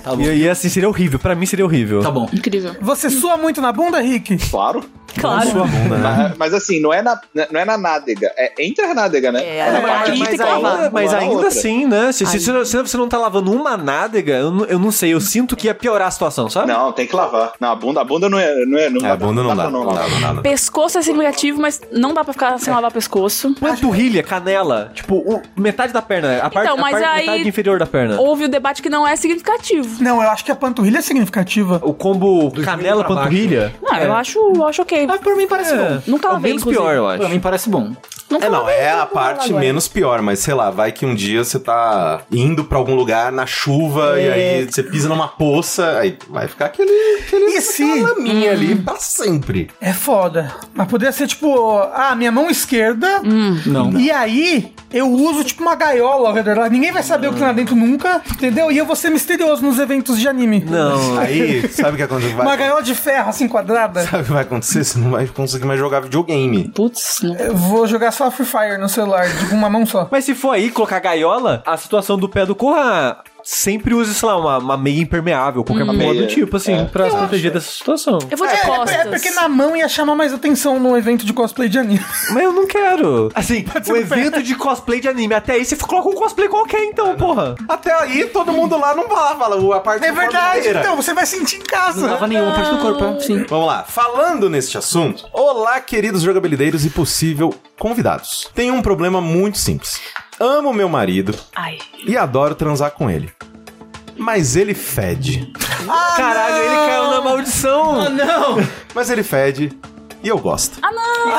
[SPEAKER 5] Tá bom.
[SPEAKER 3] E, e assim, seria horrível. Pra mim seria horrível.
[SPEAKER 5] Tá bom.
[SPEAKER 2] Incrível.
[SPEAKER 4] Você sua muito na bunda, Rick?
[SPEAKER 6] Claro.
[SPEAKER 2] Claro.
[SPEAKER 6] Mas, mas assim, não é, na, não é na nádega. É entre a nádega, né?
[SPEAKER 2] É, aí
[SPEAKER 3] mas,
[SPEAKER 2] tem que
[SPEAKER 3] ainda,
[SPEAKER 2] lavar.
[SPEAKER 3] mas
[SPEAKER 6] Uma na
[SPEAKER 3] ainda
[SPEAKER 6] outra.
[SPEAKER 3] assim, né? Se, se- se- se você não tá lavando uma nádega, eu, não- eu não sei. Eu sinto que ia piorar a situação, sabe?
[SPEAKER 6] Não, tem que lavar. Não, a bunda, a bunda não é. Não é, não
[SPEAKER 1] É, a bunda não dá.
[SPEAKER 6] pra
[SPEAKER 1] Não dá, não dá, não dá.
[SPEAKER 2] Pescoço é significativo, mas não dá pra ficar sem lavar pescoço.
[SPEAKER 3] Panturrilha, canela. Tipo, o- metade da perna. A parte,
[SPEAKER 2] Então, mas
[SPEAKER 3] a parte
[SPEAKER 2] aí-
[SPEAKER 3] metade inferior da perna.
[SPEAKER 2] Houve o debate que não é significativo.
[SPEAKER 4] Não, eu acho que a panturrilha é significativa.
[SPEAKER 3] O combo
[SPEAKER 5] joelho
[SPEAKER 3] canela,
[SPEAKER 5] pra
[SPEAKER 3] panturrilha.
[SPEAKER 2] Não, Ah, eu acho, eu acho ok.
[SPEAKER 5] Mas pra mim parece bom.
[SPEAKER 2] Nunca
[SPEAKER 3] é o
[SPEAKER 2] lavei,
[SPEAKER 3] menos
[SPEAKER 2] inclusive.
[SPEAKER 3] pior, eu
[SPEAKER 5] Pra
[SPEAKER 3] acho.
[SPEAKER 5] mim parece bom.
[SPEAKER 2] Nunca
[SPEAKER 1] É, não,
[SPEAKER 2] lavei,
[SPEAKER 1] é a
[SPEAKER 2] nunca vou lavar
[SPEAKER 1] parte
[SPEAKER 2] agora.
[SPEAKER 1] menos pior, mas sei lá, vai que um dia você tá indo pra algum lugar na chuva e aí você pisa numa poça, aí vai ficar aquele, aquele
[SPEAKER 4] É. E se? Hum.
[SPEAKER 1] aquela laminha ali pra sempre.
[SPEAKER 4] É foda. Mas poderia ser tipo, ah, minha mão esquerda.
[SPEAKER 5] Não.
[SPEAKER 4] E aí, eu uso tipo uma gaiola ao redor. dela. Ninguém vai saber o que tem lá dentro nunca, entendeu? E eu vou ser misterioso nos eventos de anime.
[SPEAKER 3] Não.
[SPEAKER 1] Aí, sabe o que acontece?
[SPEAKER 4] Uma
[SPEAKER 1] Vai,
[SPEAKER 4] gaiola de ferro, assim, quadrada.
[SPEAKER 1] sabe o que vai acontecer? Você não vai conseguir mais jogar videogame.
[SPEAKER 2] Putz, não.
[SPEAKER 4] Eu vou jogar só Free Fire no celular, de uma mão só.
[SPEAKER 3] Mas se for aí colocar gaiola, a situação do pé do Corra sempre use, sei lá, uma, uma meia impermeável, qualquer porra do
[SPEAKER 6] meia,
[SPEAKER 3] tipo, assim, pra se proteger dessa situação.
[SPEAKER 2] Eu vou de
[SPEAKER 4] É,
[SPEAKER 2] costas.
[SPEAKER 4] é, é porque na mão ia chamar mais atenção num evento de cosplay de anime.
[SPEAKER 3] Mas eu não quero. Assim, o
[SPEAKER 4] no
[SPEAKER 3] evento de cosplay de anime. Até aí você coloca um cosplay qualquer, então, porra.
[SPEAKER 1] Até aí, todo mundo lá não fala, fala a parte
[SPEAKER 4] É
[SPEAKER 1] do corpo
[SPEAKER 4] verdade,
[SPEAKER 1] inteira.
[SPEAKER 4] então você vai sentir em
[SPEAKER 5] Não
[SPEAKER 4] casa.
[SPEAKER 5] lava nenhuma parte do corpo, é. Sim.
[SPEAKER 1] Vamos lá, falando neste assunto, olá queridos jogabilideiros e possível convidados. Tem um problema muito simples. Amo meu marido
[SPEAKER 2] Ai.
[SPEAKER 1] e adoro transar com ele. Mas ele fede.
[SPEAKER 3] Caralho, ele caiu na maldição.
[SPEAKER 5] Não!
[SPEAKER 1] Mas ele fede e eu gosto.
[SPEAKER 2] Ah, não!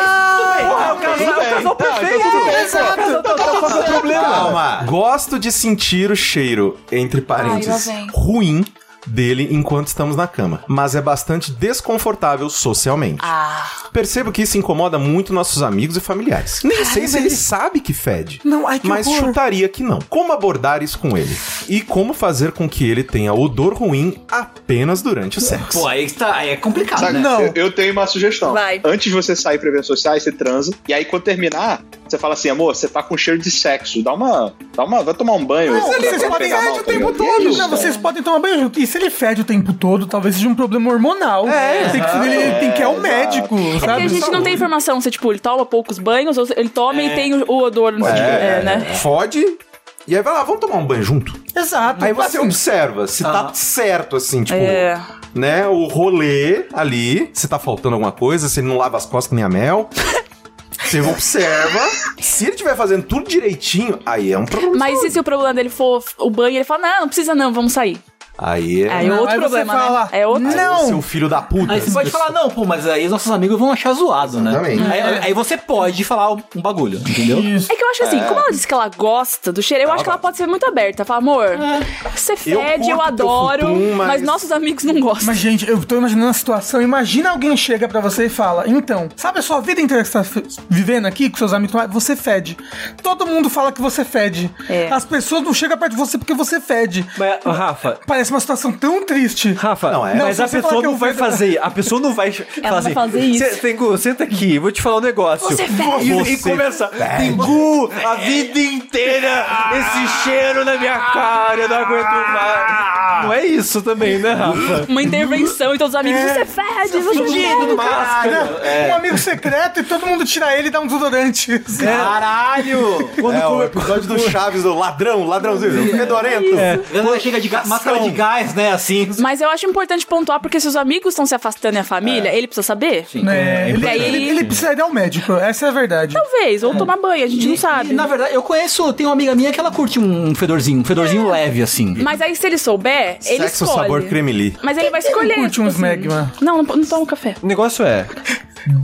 [SPEAKER 3] Porra, é o casal, é o casal perfeito. Então, então, então, qual que é o problema?
[SPEAKER 1] Calma. Gosto de sentir o cheiro, entre parênteses,
[SPEAKER 2] lá vem.
[SPEAKER 1] ruim dele enquanto estamos na cama, mas é bastante desconfortável socialmente.
[SPEAKER 2] Ah,
[SPEAKER 1] Percebo que isso incomoda muito nossos amigos e familiares. Nem sei se ele sabe que fede.
[SPEAKER 4] Não, ai, É que
[SPEAKER 1] mas
[SPEAKER 4] horror.
[SPEAKER 1] chutaria que não. Como abordar isso com ele? E como fazer com que ele tenha odor ruim apenas durante o sexo?
[SPEAKER 5] Pô, aí que tá. Aí é complicado,
[SPEAKER 6] Sabe,
[SPEAKER 5] né?
[SPEAKER 4] Não.
[SPEAKER 6] Eu, eu tenho uma sugestão.
[SPEAKER 2] Vai.
[SPEAKER 6] Antes de você sair pra eventos sociais, você transa. E aí, quando terminar, Você fala assim, amor, você tá com cheiro de sexo. Dá uma. Dá uma. Vai tomar um banho.
[SPEAKER 4] Não,
[SPEAKER 6] pra-
[SPEAKER 4] vocês
[SPEAKER 6] pra
[SPEAKER 4] podem
[SPEAKER 6] pegar
[SPEAKER 4] fede
[SPEAKER 6] mal,
[SPEAKER 4] o
[SPEAKER 6] tá
[SPEAKER 4] tempo
[SPEAKER 6] ligado? E é
[SPEAKER 4] todo,
[SPEAKER 6] isso,
[SPEAKER 4] né?
[SPEAKER 6] cara.
[SPEAKER 4] Vocês podem tomar banho junto. E se ele fede o tempo todo, talvez seja um problema hormonal. É, tem que, ele tem que ir ao
[SPEAKER 6] exato.
[SPEAKER 4] médico,
[SPEAKER 2] É
[SPEAKER 4] sabe?
[SPEAKER 2] porque a gente não tem informação se, tipo, ele toma poucos banhos, ou se ele toma e tem o o odor no é, né?
[SPEAKER 1] Fode. E aí vai lá, vamos tomar um banho junto.
[SPEAKER 4] Exato.
[SPEAKER 1] Aí você
[SPEAKER 4] Assim,
[SPEAKER 1] observa se tá
[SPEAKER 5] Aham.
[SPEAKER 1] certo, assim, tipo,
[SPEAKER 2] É.
[SPEAKER 1] né? O rolê ali, se tá faltando alguma coisa, se ele não lava as costas que nem a mel. Você observa. Se ele estiver fazendo tudo direitinho, aí é um problema.
[SPEAKER 2] Mas e se o problema dele for o banho, ele fala, não, não precisa não, vamos sair.
[SPEAKER 1] Aí é.
[SPEAKER 2] Aí é
[SPEAKER 4] Não,
[SPEAKER 2] outro
[SPEAKER 4] aí você
[SPEAKER 2] problema,
[SPEAKER 4] fala,
[SPEAKER 2] né? É outro.
[SPEAKER 1] aí é
[SPEAKER 4] não.
[SPEAKER 1] o seu filho da puta.
[SPEAKER 5] Aí você pode falar, não, pô, mas aí os nossos amigos vão achar zoado,
[SPEAKER 1] Exatamente.
[SPEAKER 5] né? Aí, aí você pode falar um bagulho, entendeu?
[SPEAKER 2] É que eu acho assim, como ela disse que ela gosta do cheiro, eu acho que ela pode ser muito aberta. Fala, amor, você
[SPEAKER 1] Eu
[SPEAKER 2] fede, eu,
[SPEAKER 1] curto
[SPEAKER 2] adoro,
[SPEAKER 1] teu futum,
[SPEAKER 2] mas...
[SPEAKER 1] mas-
[SPEAKER 2] nossos amigos não gostam.
[SPEAKER 4] Mas, gente, eu tô imaginando a situação. Imagina alguém chega pra você e fala: Então, sabe a sua vida inteira que você tá fe- vivendo aqui com seus amigos? Você fede. Todo mundo fala que você fede.
[SPEAKER 2] É.
[SPEAKER 4] As pessoas não chegam perto de você porque você fede.
[SPEAKER 3] Mas, Rafa,
[SPEAKER 4] Parece uma situação tão triste.
[SPEAKER 3] Rafa,
[SPEAKER 1] Não, é.
[SPEAKER 3] mas
[SPEAKER 4] Não,
[SPEAKER 3] a
[SPEAKER 4] se você falar
[SPEAKER 3] pessoa
[SPEAKER 4] que eu
[SPEAKER 3] não vai
[SPEAKER 4] vejo-
[SPEAKER 3] fazer. A pessoa não vai fazer.
[SPEAKER 2] vai fazer isso.
[SPEAKER 3] Tengu, senta aqui, vou te falar um negócio.
[SPEAKER 2] Você fede.
[SPEAKER 3] E, e começa. Tengu, a vida inteira, esse cheiro na minha cara, eu não aguento mais. Não é isso também, né, Rafa?
[SPEAKER 2] Uma intervenção e todos os amigos, você fede, você fede.
[SPEAKER 4] Cara, Um amigo secreto e todo mundo tira ele e dá um desodorante.
[SPEAKER 3] É.
[SPEAKER 5] Caralho!
[SPEAKER 3] Quando
[SPEAKER 1] É, o
[SPEAKER 3] come-
[SPEAKER 1] episódio do Chaves, do ladrão, ladrãozinho, fedorento.
[SPEAKER 5] Ela chega de ga- máscara de gás, né? Assim.
[SPEAKER 2] Mas eu acho importante pontuar, porque se os amigos estão se afastando e a família, ele precisa saber?
[SPEAKER 4] É, ele,
[SPEAKER 2] importante.
[SPEAKER 4] ele- ele precisa ir ao médico, essa é a verdade.
[SPEAKER 2] Talvez, ou tomar banho, a gente não sabe.
[SPEAKER 5] E, na verdade, eu conheço, tem uma amiga minha que ela curte um fedorzinho, um fedorzinho
[SPEAKER 2] É.
[SPEAKER 5] leve, assim.
[SPEAKER 2] Mas aí, se ele souber, ele
[SPEAKER 1] Sexo,
[SPEAKER 2] escolhe.
[SPEAKER 1] sabor, cremeli.
[SPEAKER 2] Mas ele vai escolher.
[SPEAKER 4] curte
[SPEAKER 2] tipo
[SPEAKER 4] uns Magma?
[SPEAKER 2] Não, não, não toma café.
[SPEAKER 3] O negócio é.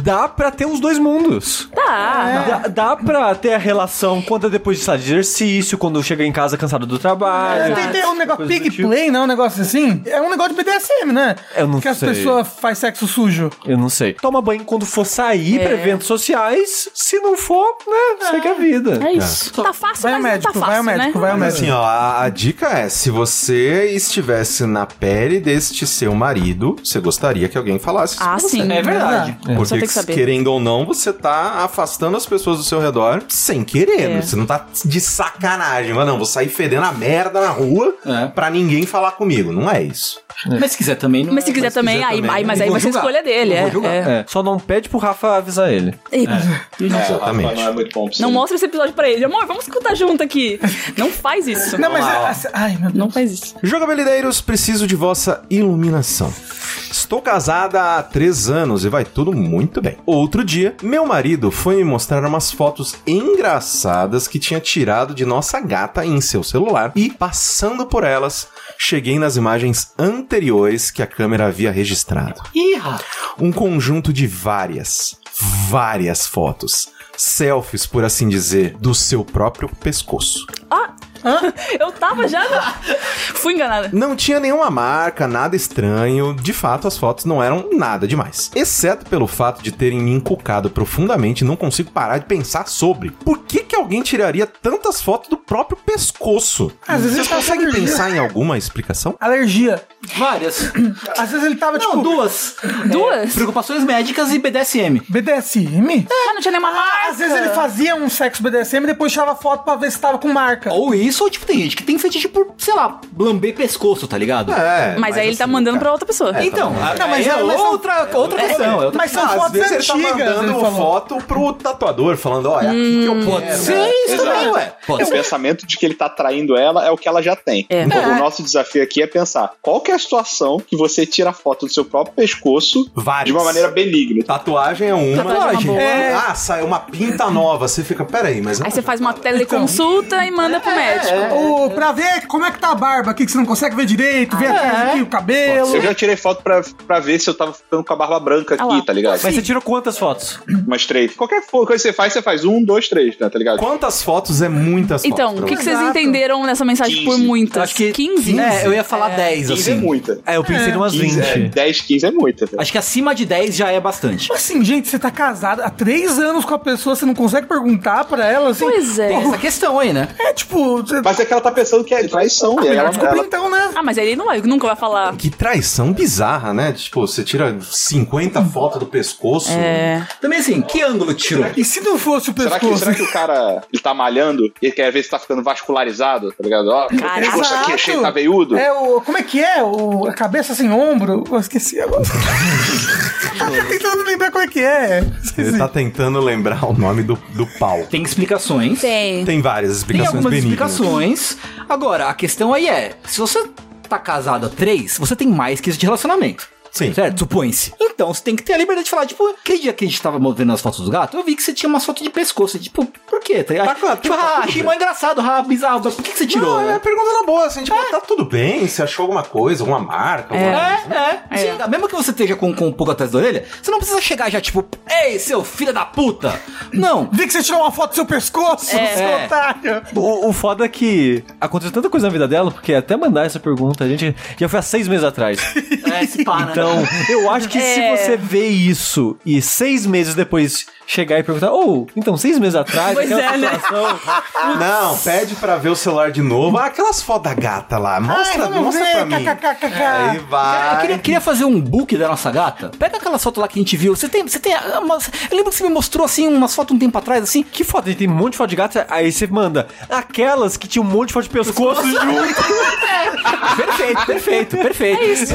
[SPEAKER 3] Dá pra ter os dois mundos.
[SPEAKER 2] Tá.
[SPEAKER 3] Dá, dá pra ter a relação quando é depois de sair de exercício, quando chega em casa cansado do
[SPEAKER 2] É.
[SPEAKER 3] trabalho.
[SPEAKER 4] Tem, tem um negócio
[SPEAKER 3] Coisa do
[SPEAKER 4] pig
[SPEAKER 3] tipo.
[SPEAKER 4] play, não? Um negócio assim? É um negócio de BDSM, né?
[SPEAKER 3] Eu não
[SPEAKER 4] que
[SPEAKER 3] sei.
[SPEAKER 4] as pessoas fazem sexo sujo.
[SPEAKER 3] Eu não sei. Toma banho quando for sair
[SPEAKER 2] É.
[SPEAKER 3] pra eventos sociais. Se não for, né? Segue a vida.
[SPEAKER 2] É isso. Tá fácil,
[SPEAKER 4] Vai ao
[SPEAKER 2] mas
[SPEAKER 4] médico,
[SPEAKER 2] não tá fácil,
[SPEAKER 4] vai ao médico,
[SPEAKER 2] né?
[SPEAKER 4] vai ao
[SPEAKER 1] Mas
[SPEAKER 4] médico.
[SPEAKER 1] assim, ó, a, a dica é: se você estivesse na pele deste seu marido, você gostaria que alguém falasse isso
[SPEAKER 2] Ah,
[SPEAKER 1] com você.
[SPEAKER 2] sim.
[SPEAKER 5] É verdade.
[SPEAKER 2] Só
[SPEAKER 1] Porque,
[SPEAKER 2] tem que saber.
[SPEAKER 1] querendo ou não, você tá afastando as pessoas do seu redor sem querer. né?
[SPEAKER 2] É.
[SPEAKER 1] Você não tá de sacanagem, mas não, vou sair fedendo a merda na rua
[SPEAKER 5] É.
[SPEAKER 1] pra ninguém falar comigo. Não é isso.
[SPEAKER 5] Mas se quiser também. Não
[SPEAKER 2] Mas se quiser também, aí, aí, mas aí
[SPEAKER 5] vou
[SPEAKER 2] vai ser
[SPEAKER 5] julgar.
[SPEAKER 2] escolha dele,
[SPEAKER 5] Não
[SPEAKER 2] é.
[SPEAKER 5] vou julgar.
[SPEAKER 2] é.
[SPEAKER 3] É, só não pede pro Rafa avisar ele.
[SPEAKER 2] Ei,
[SPEAKER 6] É,
[SPEAKER 1] Exatamente.
[SPEAKER 6] Rafa, não é muito bom pra você.
[SPEAKER 2] Não mostra esse episódio pra ele. Amor, vamos escutar junto aqui. Não faz isso.
[SPEAKER 4] Não, mas. é- assim- ai, meu Deus.
[SPEAKER 2] Não faz isso.
[SPEAKER 1] Jogabilideiros, preciso de vossa iluminação. Estou casada há três anos e vai tudo muito bem. Outro dia, meu marido foi me mostrar umas fotos engraçadas que tinha tirado de nossa gata em seu celular e, passando por elas, cheguei nas imagens anteriores que a câmera havia registrado.
[SPEAKER 5] Ih, Rafa.
[SPEAKER 1] Um conjunto de várias, várias fotos. Selfies, por assim dizer, do seu próprio pescoço.
[SPEAKER 2] Eu tava já. Fui enganada.
[SPEAKER 1] Não tinha nenhuma marca, nada estranho. De fato, as fotos não eram nada demais. Exceto pelo fato de terem me encucado profundamente e não consigo parar de pensar sobre. Por que, que alguém tiraria tantas fotos do próprio pescoço?
[SPEAKER 4] Às vezes
[SPEAKER 1] Vocês
[SPEAKER 4] ele tá
[SPEAKER 1] conseguem
[SPEAKER 4] alergia.
[SPEAKER 1] pensar em alguma explicação?
[SPEAKER 4] Alergia.
[SPEAKER 5] Várias.
[SPEAKER 4] Às vezes ele tava
[SPEAKER 5] Não,
[SPEAKER 4] tipo.
[SPEAKER 5] duas.
[SPEAKER 2] Duas?
[SPEAKER 5] Preocupações médicas e BDSM.
[SPEAKER 4] BDSM?
[SPEAKER 2] Ah, não tinha nenhuma marca.
[SPEAKER 4] Às vezes ele fazia um sexo BDSM e depois tirava foto pra ver se tava com marca.
[SPEAKER 5] Ou isso, ou tipo, tem gente que tem fetiche por, sei lá, lamber pescoço, tá ligado?
[SPEAKER 1] É.
[SPEAKER 2] Mas, aí ele tá mandando pra outra pessoa.
[SPEAKER 5] Então, a-
[SPEAKER 4] Não, mas
[SPEAKER 5] é,
[SPEAKER 4] é- mas são-
[SPEAKER 5] outra, outra questão. É outra
[SPEAKER 4] Mas são
[SPEAKER 1] às
[SPEAKER 4] fotos
[SPEAKER 1] vezes ele tá
[SPEAKER 4] antigas, ele
[SPEAKER 1] mandando
[SPEAKER 4] falou.
[SPEAKER 1] foto pro tatuador, falando, ó, é
[SPEAKER 2] Hum.
[SPEAKER 1] aqui que eu
[SPEAKER 5] Pode
[SPEAKER 1] quero.
[SPEAKER 5] ser isso
[SPEAKER 6] Exato.
[SPEAKER 5] também, ué. Pode
[SPEAKER 6] É O
[SPEAKER 5] ser.
[SPEAKER 6] pensamento de que ele tá traindo ela é o que ela já tem.
[SPEAKER 2] É.
[SPEAKER 6] Então, O nosso desafio aqui é pensar qual que é a situação que você tira a foto do seu próprio pescoço
[SPEAKER 1] Várias.
[SPEAKER 6] de uma maneira benigna.
[SPEAKER 1] Tatuagem é uma.
[SPEAKER 2] Tatuagem é uma boa.
[SPEAKER 1] É. Ah, saiu uma pinta nova. Você fica, peraí, mas...
[SPEAKER 2] Aí você faz uma teleconsulta e manda pro médico.
[SPEAKER 4] Ou pra ver como é que tá a barba aqui, que você não consegue ver direito, ver atrás aqui o cabelo.
[SPEAKER 6] Eu já tirei foto pra, pra ver se eu tava ficando com a barba branca
[SPEAKER 2] Ah lá.
[SPEAKER 6] aqui, tá ligado?
[SPEAKER 3] Mas você tirou quantas fotos?
[SPEAKER 6] Umas três. Qualquer fo- coisa que você faz, você faz um, dois, três, né, tá ligado?
[SPEAKER 1] Quantas fotos é muitas
[SPEAKER 2] Então,
[SPEAKER 1] fotos?
[SPEAKER 2] o que,
[SPEAKER 1] pra
[SPEAKER 2] que vocês
[SPEAKER 4] Exato.
[SPEAKER 2] entenderam nessa mensagem por
[SPEAKER 6] 15.
[SPEAKER 2] muitas?
[SPEAKER 5] Acho que
[SPEAKER 2] 15?
[SPEAKER 5] É, eu ia falar 10, assim.
[SPEAKER 6] muita.
[SPEAKER 3] É, eu pensei em umas
[SPEAKER 6] 15, é,
[SPEAKER 3] 20.
[SPEAKER 6] 10, 15 é muita. velho.
[SPEAKER 5] Acho que acima de 10 já é bastante.
[SPEAKER 4] Assim, gente, você tá casado há três anos com a pessoa, você não consegue perguntar pra ela, assim.
[SPEAKER 2] Pois é.
[SPEAKER 5] Tem essa questão aí, né?
[SPEAKER 4] É tipo. Você...
[SPEAKER 6] Mas é que ela tá pensando que é traição. e aí
[SPEAKER 4] melhor
[SPEAKER 6] ela,
[SPEAKER 4] descobrir
[SPEAKER 6] ela-
[SPEAKER 4] então, né?
[SPEAKER 2] Ah, mas ele não vai, nunca vai falar.
[SPEAKER 1] Que traição bizarra, né? Tipo, você tira 50 fotos do pescoço.
[SPEAKER 2] É.
[SPEAKER 5] Também assim, que ângulo que tirou?
[SPEAKER 4] E se não fosse o
[SPEAKER 6] Será que,
[SPEAKER 4] pescoço?
[SPEAKER 6] será que o cara ele tá malhando e ele quer ver se tá ficando vascularizado, tá ligado? Ó,
[SPEAKER 2] Caraca.
[SPEAKER 6] o pescoço aqui achei que tá
[SPEAKER 4] Exato.
[SPEAKER 6] veiudo.
[SPEAKER 4] É o. Como é que é? O, a cabeça sem ombro? Eu esqueci agora. Tô tentando lembrar como é que é.
[SPEAKER 1] Ele
[SPEAKER 4] Esqueci.
[SPEAKER 1] tá tentando lembrar o nome do, do pau.
[SPEAKER 5] Tem explicações.
[SPEAKER 2] Tem.
[SPEAKER 1] Tem várias
[SPEAKER 5] Tem
[SPEAKER 1] explicações
[SPEAKER 5] algumas
[SPEAKER 1] benignas.
[SPEAKER 5] explicações. Agora, a questão aí é: se você tá casado há três, você tem mais que isso de relacionamento.
[SPEAKER 1] Sim.
[SPEAKER 5] Certo? Supõe-se. Então, você tem que ter a liberdade de falar, tipo, aquele dia que a gente tava vendo as fotos do gato, eu vi que você tinha umas fotos de pescoço. Tipo, por quê? Tá ligado?
[SPEAKER 1] claro,
[SPEAKER 5] tipo,
[SPEAKER 1] tá
[SPEAKER 5] ah,
[SPEAKER 1] tudo
[SPEAKER 5] achei
[SPEAKER 1] bem.
[SPEAKER 5] mó engraçado, ah, bizarro, mas por que, que você tirou?
[SPEAKER 1] Não, é
[SPEAKER 5] né?
[SPEAKER 1] pergunta na boa, assim, tipo, tá tudo bem? Você achou alguma coisa, alguma marca?
[SPEAKER 5] É,
[SPEAKER 1] alguma-
[SPEAKER 5] é.
[SPEAKER 2] É.
[SPEAKER 5] Sim, tá. mesmo que você esteja com, com um pouco atrás da orelha, você não precisa chegar já, tipo, ei, seu filho da puta! Não.
[SPEAKER 4] Vi que você tirou uma foto do seu pescoço,
[SPEAKER 2] É.
[SPEAKER 4] seu
[SPEAKER 5] É.
[SPEAKER 4] otário.
[SPEAKER 3] O, o foda é que aconteceu tanta coisa na vida dela, porque até mandar essa pergunta, a gente já foi há seis meses atrás.
[SPEAKER 5] É, se pá, né?
[SPEAKER 3] Então, eu acho que se
[SPEAKER 2] É.
[SPEAKER 3] você vê isso e seis meses depois chegar e perguntar, ou, então, seis meses atrás,
[SPEAKER 2] Pois
[SPEAKER 3] aquela
[SPEAKER 2] é, né?
[SPEAKER 3] situação,
[SPEAKER 1] Ah. Não, pede pra ver o celular de novo. Ah, aquelas fotos da gata lá.
[SPEAKER 4] Ai,
[SPEAKER 1] Mostra,
[SPEAKER 4] vamos
[SPEAKER 1] mostra pra
[SPEAKER 4] ver.
[SPEAKER 1] mim.
[SPEAKER 4] kkkk.
[SPEAKER 1] Aí vai.
[SPEAKER 5] Eu queria, queria fazer um book da nossa gata. Pega aquela foto lá que a gente viu. Você tem. Você tem. ah, umas- eu lembro que você me mostrou assim umas fotos um tempo atrás, assim.
[SPEAKER 3] que foda, tem um monte de foto de gato, aí você manda aquelas que tinha um monte de foto de pescoço junto.
[SPEAKER 5] Perfeito, perfeito, perfeito. É isso.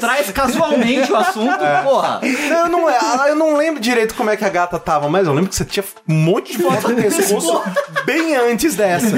[SPEAKER 5] Traz casualmente o assunto, porra.
[SPEAKER 1] Eu não, ah, eu não lembro direito como é que a gata tava, mas eu lembro que você tinha um monte de foto do pescoço bem antes dessa.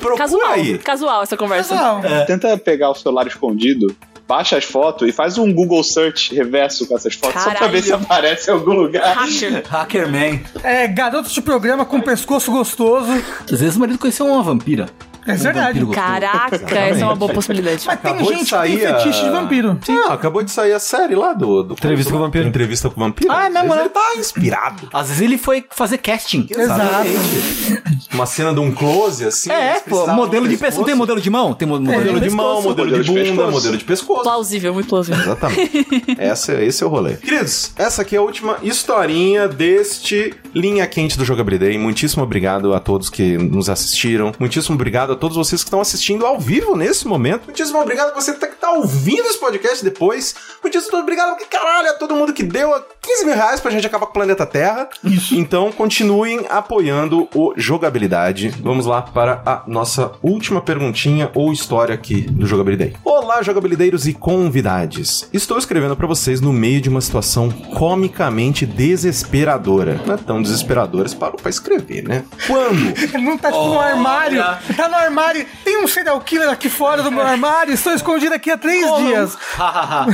[SPEAKER 1] Procura
[SPEAKER 2] Casual.
[SPEAKER 1] aí.
[SPEAKER 2] Casual essa conversa.
[SPEAKER 4] Não.
[SPEAKER 6] Tenta pegar o celular escondido, baixa as fotos e faz um Google search reverso com essas fotos só pra
[SPEAKER 2] Caralho.
[SPEAKER 6] ver se aparece em algum lugar.
[SPEAKER 2] Hacker.
[SPEAKER 5] Hackerman.
[SPEAKER 4] É, garoto de programa com pescoço gostoso.
[SPEAKER 5] Às vezes o marido conheceu uma vampira.
[SPEAKER 4] É
[SPEAKER 5] Um
[SPEAKER 4] verdade.
[SPEAKER 5] vampiro gostoso.
[SPEAKER 2] Caraca, essa é uma boa possibilidade.
[SPEAKER 4] Mas
[SPEAKER 1] Acabou
[SPEAKER 4] tem
[SPEAKER 1] de
[SPEAKER 4] gente
[SPEAKER 1] sair
[SPEAKER 4] que tem
[SPEAKER 1] a-
[SPEAKER 4] fetiche de vampiro.
[SPEAKER 1] Não, acabou de sair a série lá do... do
[SPEAKER 3] Entrevista com o Vampiro.
[SPEAKER 1] Entrevista com o Vampiro.
[SPEAKER 5] Ah, é mesmo,
[SPEAKER 1] Às vezes
[SPEAKER 5] né?
[SPEAKER 1] Ele tá inspirado.
[SPEAKER 5] Às vezes ele foi fazer casting.
[SPEAKER 1] Exatamente. Uma cena de um close, assim.
[SPEAKER 5] É,
[SPEAKER 1] eles
[SPEAKER 5] pô,
[SPEAKER 1] precisavam
[SPEAKER 5] modelo
[SPEAKER 1] do
[SPEAKER 5] de pescoço. Tem modelo de mão? Tem mo- modelo,
[SPEAKER 1] Modelo
[SPEAKER 5] de
[SPEAKER 1] de mão, modelo,
[SPEAKER 6] modelo
[SPEAKER 1] de
[SPEAKER 6] de
[SPEAKER 1] bunda,
[SPEAKER 6] pescoço.
[SPEAKER 1] modelo de pescoço.
[SPEAKER 2] Plausível, muito plausível.
[SPEAKER 1] Exatamente. Essa, esse é o rolê. Queridos, essa aqui é a última historinha deste Linha Quente do Jogabilidade. Muitíssimo obrigado a todos que nos assistiram. Muitíssimo obrigado a todos vocês que estão assistindo ao vivo nesse momento. Muitíssimo obrigado a você que está ouvindo esse podcast depois. Muitíssimo obrigado porque, caralho, a todo mundo que deu a 15 mil reais pra gente acabar com o planeta Terra. Então, continuem apoiando o Jogabilidade. Vamos lá para a nossa última perguntinha ou história aqui do Jogabilidade. Olá, jogabilideiros e convidades. Estou escrevendo para vocês no meio de uma situação comicamente desesperadora. Não é tão desesperadora, se parou pra escrever, né? Quando?
[SPEAKER 4] Ele não tá tipo no armário. Tá no armário. Tem um serial killer aqui fora do meu armário. Estou escondido aqui há três dias.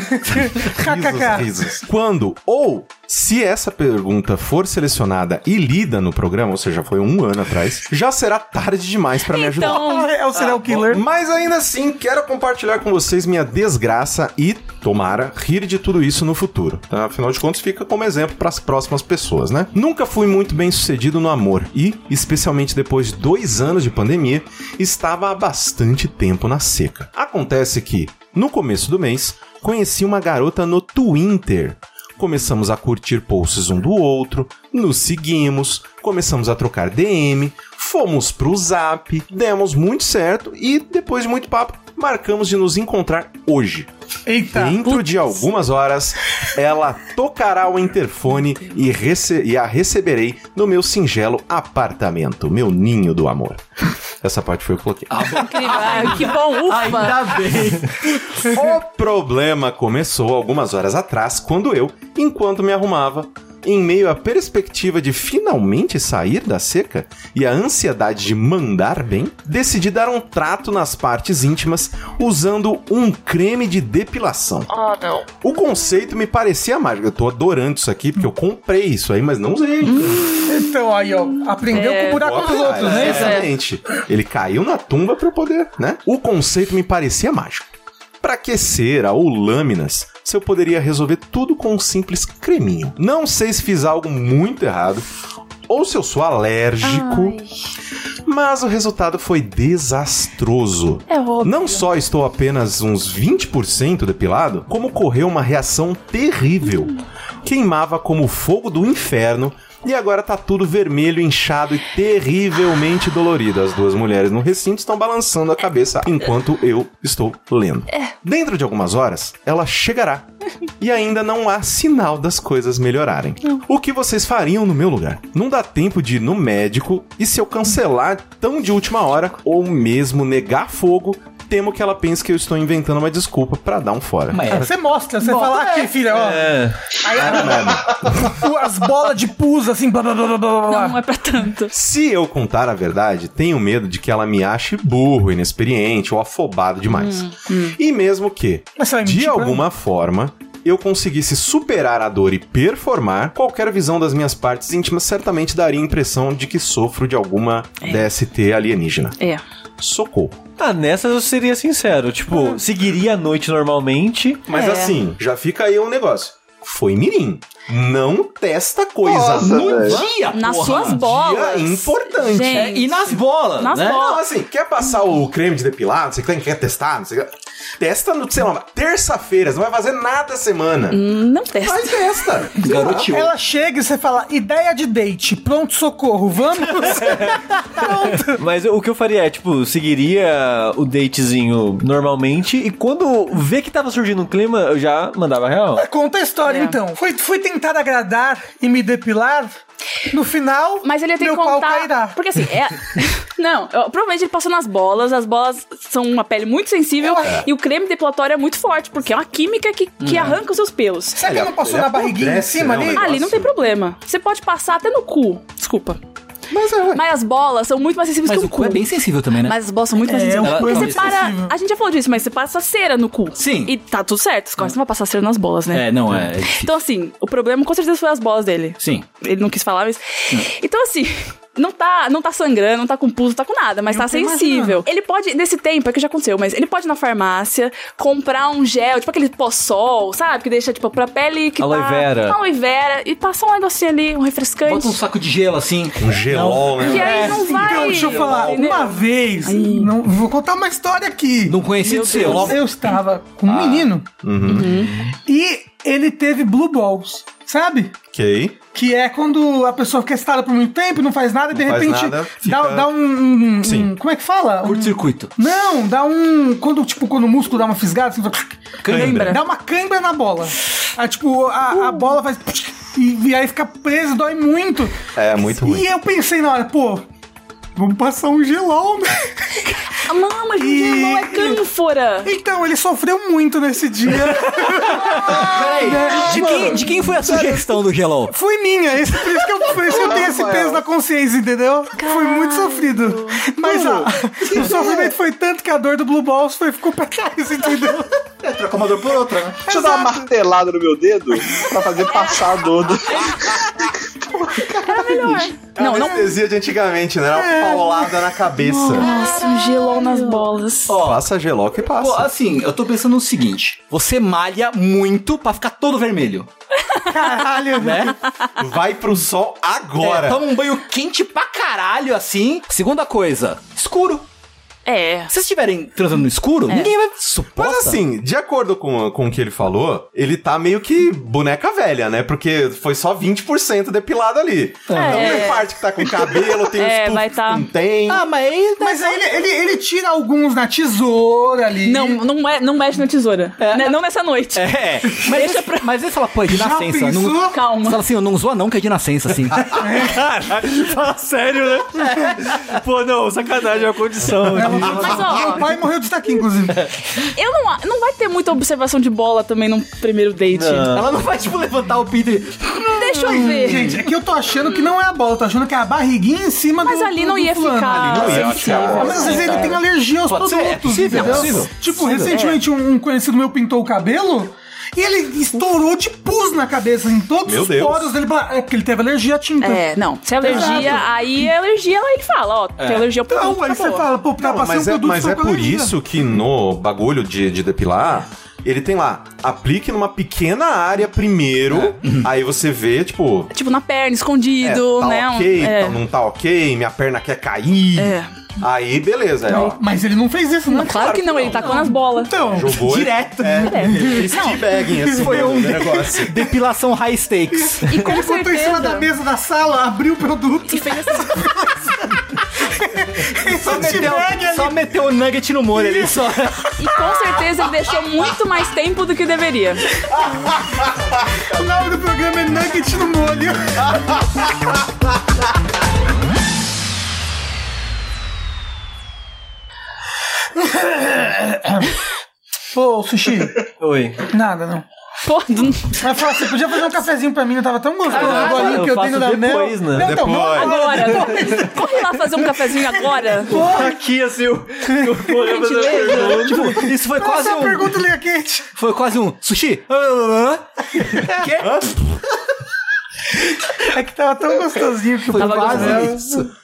[SPEAKER 4] KKK.
[SPEAKER 1] Risos, risos. Quando ou se essa pergunta for selecionada e lida no programa, ou seja, foi um ano atrás, já será tarde demais para me ajudar.
[SPEAKER 2] Então,
[SPEAKER 4] Ah, É o serial killer.
[SPEAKER 1] Mas ainda assim, quero compartilhar com vocês minha desgraça e, tomara, rir de tudo isso no futuro. Tá? Afinal de contas, fica como exemplo para as próximas pessoas, né? Nunca fui muito bem sucedido no amor e, especialmente depois de dois anos de pandemia, estava há bastante tempo na seca. Acontece que, no começo do mês, conheci uma garota no Twitter. Começamos a curtir posts um do outro, nos seguimos, começamos a trocar DM, fomos pro Zap, demos muito certo e, depois de muito papo, marcamos de nos encontrar hoje.
[SPEAKER 4] Eita.
[SPEAKER 1] Dentro de algumas horas, ela tocará o interfone e, rece- e a receberei no meu singelo apartamento, meu ninho do amor. Essa parte foi o que eu coloquei.
[SPEAKER 2] incrível. Ah, que bom, ufa.
[SPEAKER 5] Ainda bem.
[SPEAKER 1] O problema começou algumas horas atrás, quando eu, enquanto me arrumava, em meio à perspectiva de finalmente sair da seca e a ansiedade de mandar bem, decidi dar um trato nas partes íntimas usando um creme de depilação.
[SPEAKER 2] Oh, não.
[SPEAKER 1] O conceito me parecia mágico. Eu tô adorando isso aqui, porque eu comprei isso aí, mas não usei.
[SPEAKER 4] Então, aí, ó. Aprendeu com o buraco dos
[SPEAKER 1] Olha,
[SPEAKER 4] outros, né?
[SPEAKER 1] Exatamente. Ele caiu na tumba pra eu poder, né? O conceito me parecia mágico. Pra que cera ou lâminas se eu poderia resolver tudo com um simples creminho? Não sei se fiz algo muito errado ou se eu sou alérgico, mas o resultado foi desastroso.
[SPEAKER 2] É óbvio.
[SPEAKER 1] Não só estou apenas uns 20% depilado, como ocorreu uma reação terrível. Queimava como o fogo do inferno. E agora tá tudo vermelho, inchado e terrivelmente dolorido. As duas mulheres no recinto estão balançando a cabeça enquanto eu estou lendo. Dentro de algumas horas, ela chegará. E ainda não há sinal das coisas melhorarem. O que vocês fariam no meu lugar? Não dá tempo de ir no médico e se eu cancelar tão de última hora ou mesmo negar fogo, temo que ela pense que eu estou inventando uma desculpa pra dar um fora.
[SPEAKER 5] Mas é
[SPEAKER 4] Você mostra, você fala aqui, filha, ó. Aí
[SPEAKER 1] é
[SPEAKER 4] o- as bolas de pus, assim, blá blá blá blá blá. blá.
[SPEAKER 2] Não, não é pra tanto.
[SPEAKER 1] Se eu contar a verdade, tenho medo de que ela me ache burro, inexperiente ou afobado demais. E mesmo que,
[SPEAKER 4] Mas você vai mentir
[SPEAKER 1] de
[SPEAKER 4] pra
[SPEAKER 1] alguma forma, eu conseguisse superar a dor e performar, qualquer visão das minhas partes íntimas certamente daria a impressão de que sofro de alguma DST alienígena.
[SPEAKER 2] É.
[SPEAKER 1] Socorro.
[SPEAKER 3] Ah, nessa eu seria sincero. Tipo, seguiria a noite normalmente.
[SPEAKER 1] Mas
[SPEAKER 2] É.
[SPEAKER 1] assim, já fica aí um negócio. Foi mirim. Não testa coisa.
[SPEAKER 6] Nossa,
[SPEAKER 1] não
[SPEAKER 6] velho.
[SPEAKER 1] vai
[SPEAKER 5] Dia,
[SPEAKER 2] Nas
[SPEAKER 5] porra.
[SPEAKER 2] suas bolas.
[SPEAKER 1] Dia importante.
[SPEAKER 2] Gente,
[SPEAKER 5] É, e nas bolas,
[SPEAKER 2] Nas
[SPEAKER 5] né?
[SPEAKER 2] bolas.
[SPEAKER 1] Não, assim, quer passar o creme de depilado, não sei o que, quer testar, não sei o que. Testa no, sei lá, terça-feira, você não vai fazer nada a semana.
[SPEAKER 2] Não testa.
[SPEAKER 1] Mas testa.
[SPEAKER 5] Garoteou.
[SPEAKER 4] Ela chega e você fala, ideia de date, pronto, socorro, vamos? pronto.
[SPEAKER 3] Mas o que eu faria é, tipo, seguiria o datezinho normalmente. E quando vê que tava surgindo um clima, eu já mandava real.
[SPEAKER 4] Conta a história,
[SPEAKER 2] É.
[SPEAKER 4] então. Fui, fui tentar agradar e me depilar, no final,
[SPEAKER 2] Mas ele ia ter
[SPEAKER 4] meu
[SPEAKER 2] que
[SPEAKER 4] pau
[SPEAKER 2] contar.
[SPEAKER 4] cairá.
[SPEAKER 2] Porque assim, é. Não, eu- provavelmente ele passou nas bolas, as bolas são uma pele muito sensível e o creme depilatório é muito forte, porque é uma química que,
[SPEAKER 5] Uhum.
[SPEAKER 2] que arranca os seus pelos.
[SPEAKER 4] Será que
[SPEAKER 1] Ele
[SPEAKER 4] não
[SPEAKER 1] ap-
[SPEAKER 4] passou na
[SPEAKER 1] ele
[SPEAKER 4] barriguinha em
[SPEAKER 1] apodrece,
[SPEAKER 4] cima
[SPEAKER 1] né,
[SPEAKER 4] ali?
[SPEAKER 1] o
[SPEAKER 2] Ali não
[SPEAKER 1] Nossa.
[SPEAKER 2] tem problema. Você pode passar até no cu. Desculpa.
[SPEAKER 1] Mas é, ué.
[SPEAKER 2] Ah, Mas as bolas são muito mais sensíveis
[SPEAKER 5] Mas
[SPEAKER 2] que
[SPEAKER 5] o
[SPEAKER 2] o
[SPEAKER 5] cu é bem sensível também, né?
[SPEAKER 2] Mas as bolas são muito mais
[SPEAKER 4] É,
[SPEAKER 2] sensíveis.
[SPEAKER 5] o cu é
[SPEAKER 2] Porque
[SPEAKER 5] muito
[SPEAKER 2] você para.
[SPEAKER 4] sensível.
[SPEAKER 2] A gente já falou disso, mas você passa cera no cu.
[SPEAKER 5] Sim. Uhum.
[SPEAKER 2] E tá tudo certo. Escorre, você não vai passar cera nas bolas, né?
[SPEAKER 5] É, não, é. é difícil.
[SPEAKER 2] Então, assim, o problema com certeza foi as bolas dele.
[SPEAKER 5] Sim.
[SPEAKER 2] Ele não quis falar, mas. Então, assim. Não tá, não tá sangrando, não tá com pulso, não tá com nada, mas tá
[SPEAKER 4] tô
[SPEAKER 2] sensível. Ele pode, nesse tempo, é que já aconteceu, mas ele pode ir na farmácia comprar um gel, tipo aquele pó-sol, sabe? Que deixa, tipo, pra pele que
[SPEAKER 3] Aloe
[SPEAKER 2] tá...
[SPEAKER 3] vera.
[SPEAKER 2] Aloe vera. E passar um negocinho ali, um refrescante.
[SPEAKER 5] Bota um saco de gelo assim.
[SPEAKER 1] Um gelol,
[SPEAKER 2] que
[SPEAKER 1] né?
[SPEAKER 2] aí não vai...
[SPEAKER 4] Então, deixa eu falar,
[SPEAKER 2] entendeu?
[SPEAKER 4] uma vez, não, vou contar uma história aqui.
[SPEAKER 5] Não um conhecido seu.
[SPEAKER 4] Eu estava com
[SPEAKER 1] Ah.
[SPEAKER 4] um menino
[SPEAKER 1] Uhum.
[SPEAKER 2] Uhum.
[SPEAKER 4] e ele teve blue balls, sabe?
[SPEAKER 1] Ok.
[SPEAKER 4] Que é quando a pessoa fica estada por muito tempo, não faz nada e de
[SPEAKER 1] Não faz
[SPEAKER 4] repente
[SPEAKER 1] nada,
[SPEAKER 4] dá,
[SPEAKER 1] fica-
[SPEAKER 4] dá um, um- um-
[SPEAKER 1] Sim.
[SPEAKER 4] Como é que fala? Um-
[SPEAKER 5] Curto-circuito.
[SPEAKER 4] não, dá um. Quando, tipo, quando o músculo dá uma fisgada, assim,
[SPEAKER 1] Cãibra.
[SPEAKER 4] dá uma cãibra na bola. Aí, tipo, a, a bola faz. E, e aí fica presa, dói muito.
[SPEAKER 1] É, muito ruim.
[SPEAKER 4] E eu pensei na hora, pô, vamos passar um gelol, né?
[SPEAKER 2] Ah, Não, mas
[SPEAKER 4] E-
[SPEAKER 2] não é cânfora.
[SPEAKER 4] Então, ele sofreu muito nesse dia.
[SPEAKER 5] Peraí,
[SPEAKER 3] É,
[SPEAKER 5] de, quem, de quem foi a sugestão do gelol?
[SPEAKER 4] Foi minha, esse, por isso que eu, por isso que eu tenho esse peso na consciência, entendeu? Foi muito sofrido. Mas ah, o sofrimento foi tanto que a dor do Blue Balls foi, ficou pra trás, entendeu?
[SPEAKER 6] É, trocar uma dor por outra, né? Deixa eu dar uma
[SPEAKER 4] Exato.
[SPEAKER 6] martelada no meu dedo pra fazer passar a dor do...
[SPEAKER 2] Era melhor. Não, não.
[SPEAKER 1] Anestesia de antigamente, né? Era uma paulada na cabeça.
[SPEAKER 2] Nossa, um gelol nas bolas.
[SPEAKER 1] Passa gelol que
[SPEAKER 5] Pô,
[SPEAKER 1] passa.
[SPEAKER 5] assim, eu tô pensando no seguinte: você malha muito pra ficar todo vermelho,
[SPEAKER 4] Caralho, velho.
[SPEAKER 5] né?
[SPEAKER 1] Vai pro sol agora.
[SPEAKER 5] É, toma um banho quente pra caralho, assim. Segunda coisa, escuro.
[SPEAKER 2] É.
[SPEAKER 5] Se vocês estiverem transando no escuro, ninguém vai. Suposta.
[SPEAKER 1] Mas assim, de acordo com, com o que ele falou, ele tá meio que boneca velha, né? Porque foi só 20% depilado ali. Então tem parte que tá com cabelo, tem
[SPEAKER 2] É,
[SPEAKER 1] os
[SPEAKER 2] vai
[SPEAKER 1] tufos
[SPEAKER 2] tá-
[SPEAKER 1] que não tem.
[SPEAKER 5] Ah, mas aí.
[SPEAKER 4] Mas aí ele, ele, ele tira alguns na tesoura ali.
[SPEAKER 2] Não, não, é, não mexe na tesoura. Né, Não nessa noite.
[SPEAKER 5] É, mas, você- mas ele fala, pô, é de
[SPEAKER 4] Já
[SPEAKER 5] nascença.
[SPEAKER 4] pensou?
[SPEAKER 5] Não, você
[SPEAKER 2] Calma.
[SPEAKER 5] fala assim, eu não zoa não, que é de nascença, assim.
[SPEAKER 3] Fala sério, né? Pô, não, sacanagem é a condição.
[SPEAKER 2] Mas ó,
[SPEAKER 4] Meu pai morreu de daqui, inclusive.
[SPEAKER 2] eu não, a- não vai ter muita observação de bola também num primeiro date.
[SPEAKER 5] Ela não vai, tipo, levantar o pinto e.
[SPEAKER 2] Deixa eu ver.
[SPEAKER 4] Gente, é que eu tô achando que não é a bola, eu tô achando que é a barriguinha em cima do
[SPEAKER 2] Mas ali
[SPEAKER 4] do-
[SPEAKER 2] não
[SPEAKER 4] do
[SPEAKER 2] ia
[SPEAKER 4] fulano.
[SPEAKER 2] ficar
[SPEAKER 1] não ia
[SPEAKER 2] sensível.
[SPEAKER 1] ficar.
[SPEAKER 4] Mas às vezes ele tem alergia aos
[SPEAKER 5] Pode ser,
[SPEAKER 4] produtos,
[SPEAKER 5] é possível,
[SPEAKER 4] entendeu?
[SPEAKER 5] é possível.
[SPEAKER 4] Tipo, recentemente um um conhecido meu pintou o cabelo e ele estourou de pus na cabeça em todos
[SPEAKER 1] Meu
[SPEAKER 4] os
[SPEAKER 1] Deus.
[SPEAKER 4] poros dele. É porque ele teve alergia à tinta.
[SPEAKER 2] É, não. Se é alergia, aí é alergia, aí ele fala, ó, tem alergia ao produto,
[SPEAKER 4] Então, aí você
[SPEAKER 2] acabou.
[SPEAKER 4] fala, pô, tá
[SPEAKER 1] Não,
[SPEAKER 4] passando
[SPEAKER 1] mas é,
[SPEAKER 4] produto
[SPEAKER 1] mas
[SPEAKER 4] só
[SPEAKER 1] é
[SPEAKER 4] com
[SPEAKER 1] por
[SPEAKER 4] alergia.
[SPEAKER 1] isso que no bagulho de, de depilar, Ele tem lá, aplique numa pequena área
[SPEAKER 5] É.
[SPEAKER 1] primeiro, aí você vê, tipo,
[SPEAKER 2] Tipo, na perna,
[SPEAKER 1] é,
[SPEAKER 2] escondido,
[SPEAKER 1] tá
[SPEAKER 2] né? Um-
[SPEAKER 1] ok,
[SPEAKER 2] é.
[SPEAKER 1] tá- não tá ok, minha perna quer cair.
[SPEAKER 2] É.
[SPEAKER 1] Aí, beleza, aí, ó.
[SPEAKER 4] Mas ele não fez isso, não.
[SPEAKER 2] Não, claro que não, ele tacou nas bolas.
[SPEAKER 4] Então,
[SPEAKER 1] Jogou.
[SPEAKER 5] Direto.
[SPEAKER 1] É, ele fez
[SPEAKER 2] Não.
[SPEAKER 1] teabagging, assim,
[SPEAKER 5] Foi
[SPEAKER 1] do-
[SPEAKER 5] um-
[SPEAKER 1] do negócio.
[SPEAKER 5] Depilação high stakes.
[SPEAKER 2] E com
[SPEAKER 4] ele botou em
[SPEAKER 2] certeza...
[SPEAKER 4] cima da mesa da sala, abriu o produto.
[SPEAKER 2] E fez assim,
[SPEAKER 4] Só
[SPEAKER 5] Meteu- só meteu o nugget no molho ali, só.
[SPEAKER 2] e com certeza ele deixou muito mais tempo do que deveria.
[SPEAKER 4] O nome do programa é Nugget no Molho. Pô, sushi.
[SPEAKER 3] Oi.
[SPEAKER 4] Nada, não.
[SPEAKER 2] Pô, do-
[SPEAKER 4] Mas fala, você podia fazer um cafezinho pra mim? Eu tava tão gostoso
[SPEAKER 3] Ah,
[SPEAKER 4] o golinho
[SPEAKER 3] eu
[SPEAKER 4] que eu dei
[SPEAKER 3] faço
[SPEAKER 4] no da mel.
[SPEAKER 3] depois, né?
[SPEAKER 4] Não, então,
[SPEAKER 1] Depois.
[SPEAKER 4] vamos
[SPEAKER 2] agora. Corre lá fazer um cafezinho agora.
[SPEAKER 3] Aqui, assim, o...
[SPEAKER 5] Tipo, isso foi
[SPEAKER 4] Qual
[SPEAKER 5] quase
[SPEAKER 4] essa é
[SPEAKER 5] um.
[SPEAKER 4] pergunta, Linha Quente?
[SPEAKER 5] Foi quase um. Sushi?
[SPEAKER 4] É que tava tão gostosinho que eu
[SPEAKER 5] Foi
[SPEAKER 4] tava
[SPEAKER 5] quase um.
[SPEAKER 4] gostoso.
[SPEAKER 5] isso.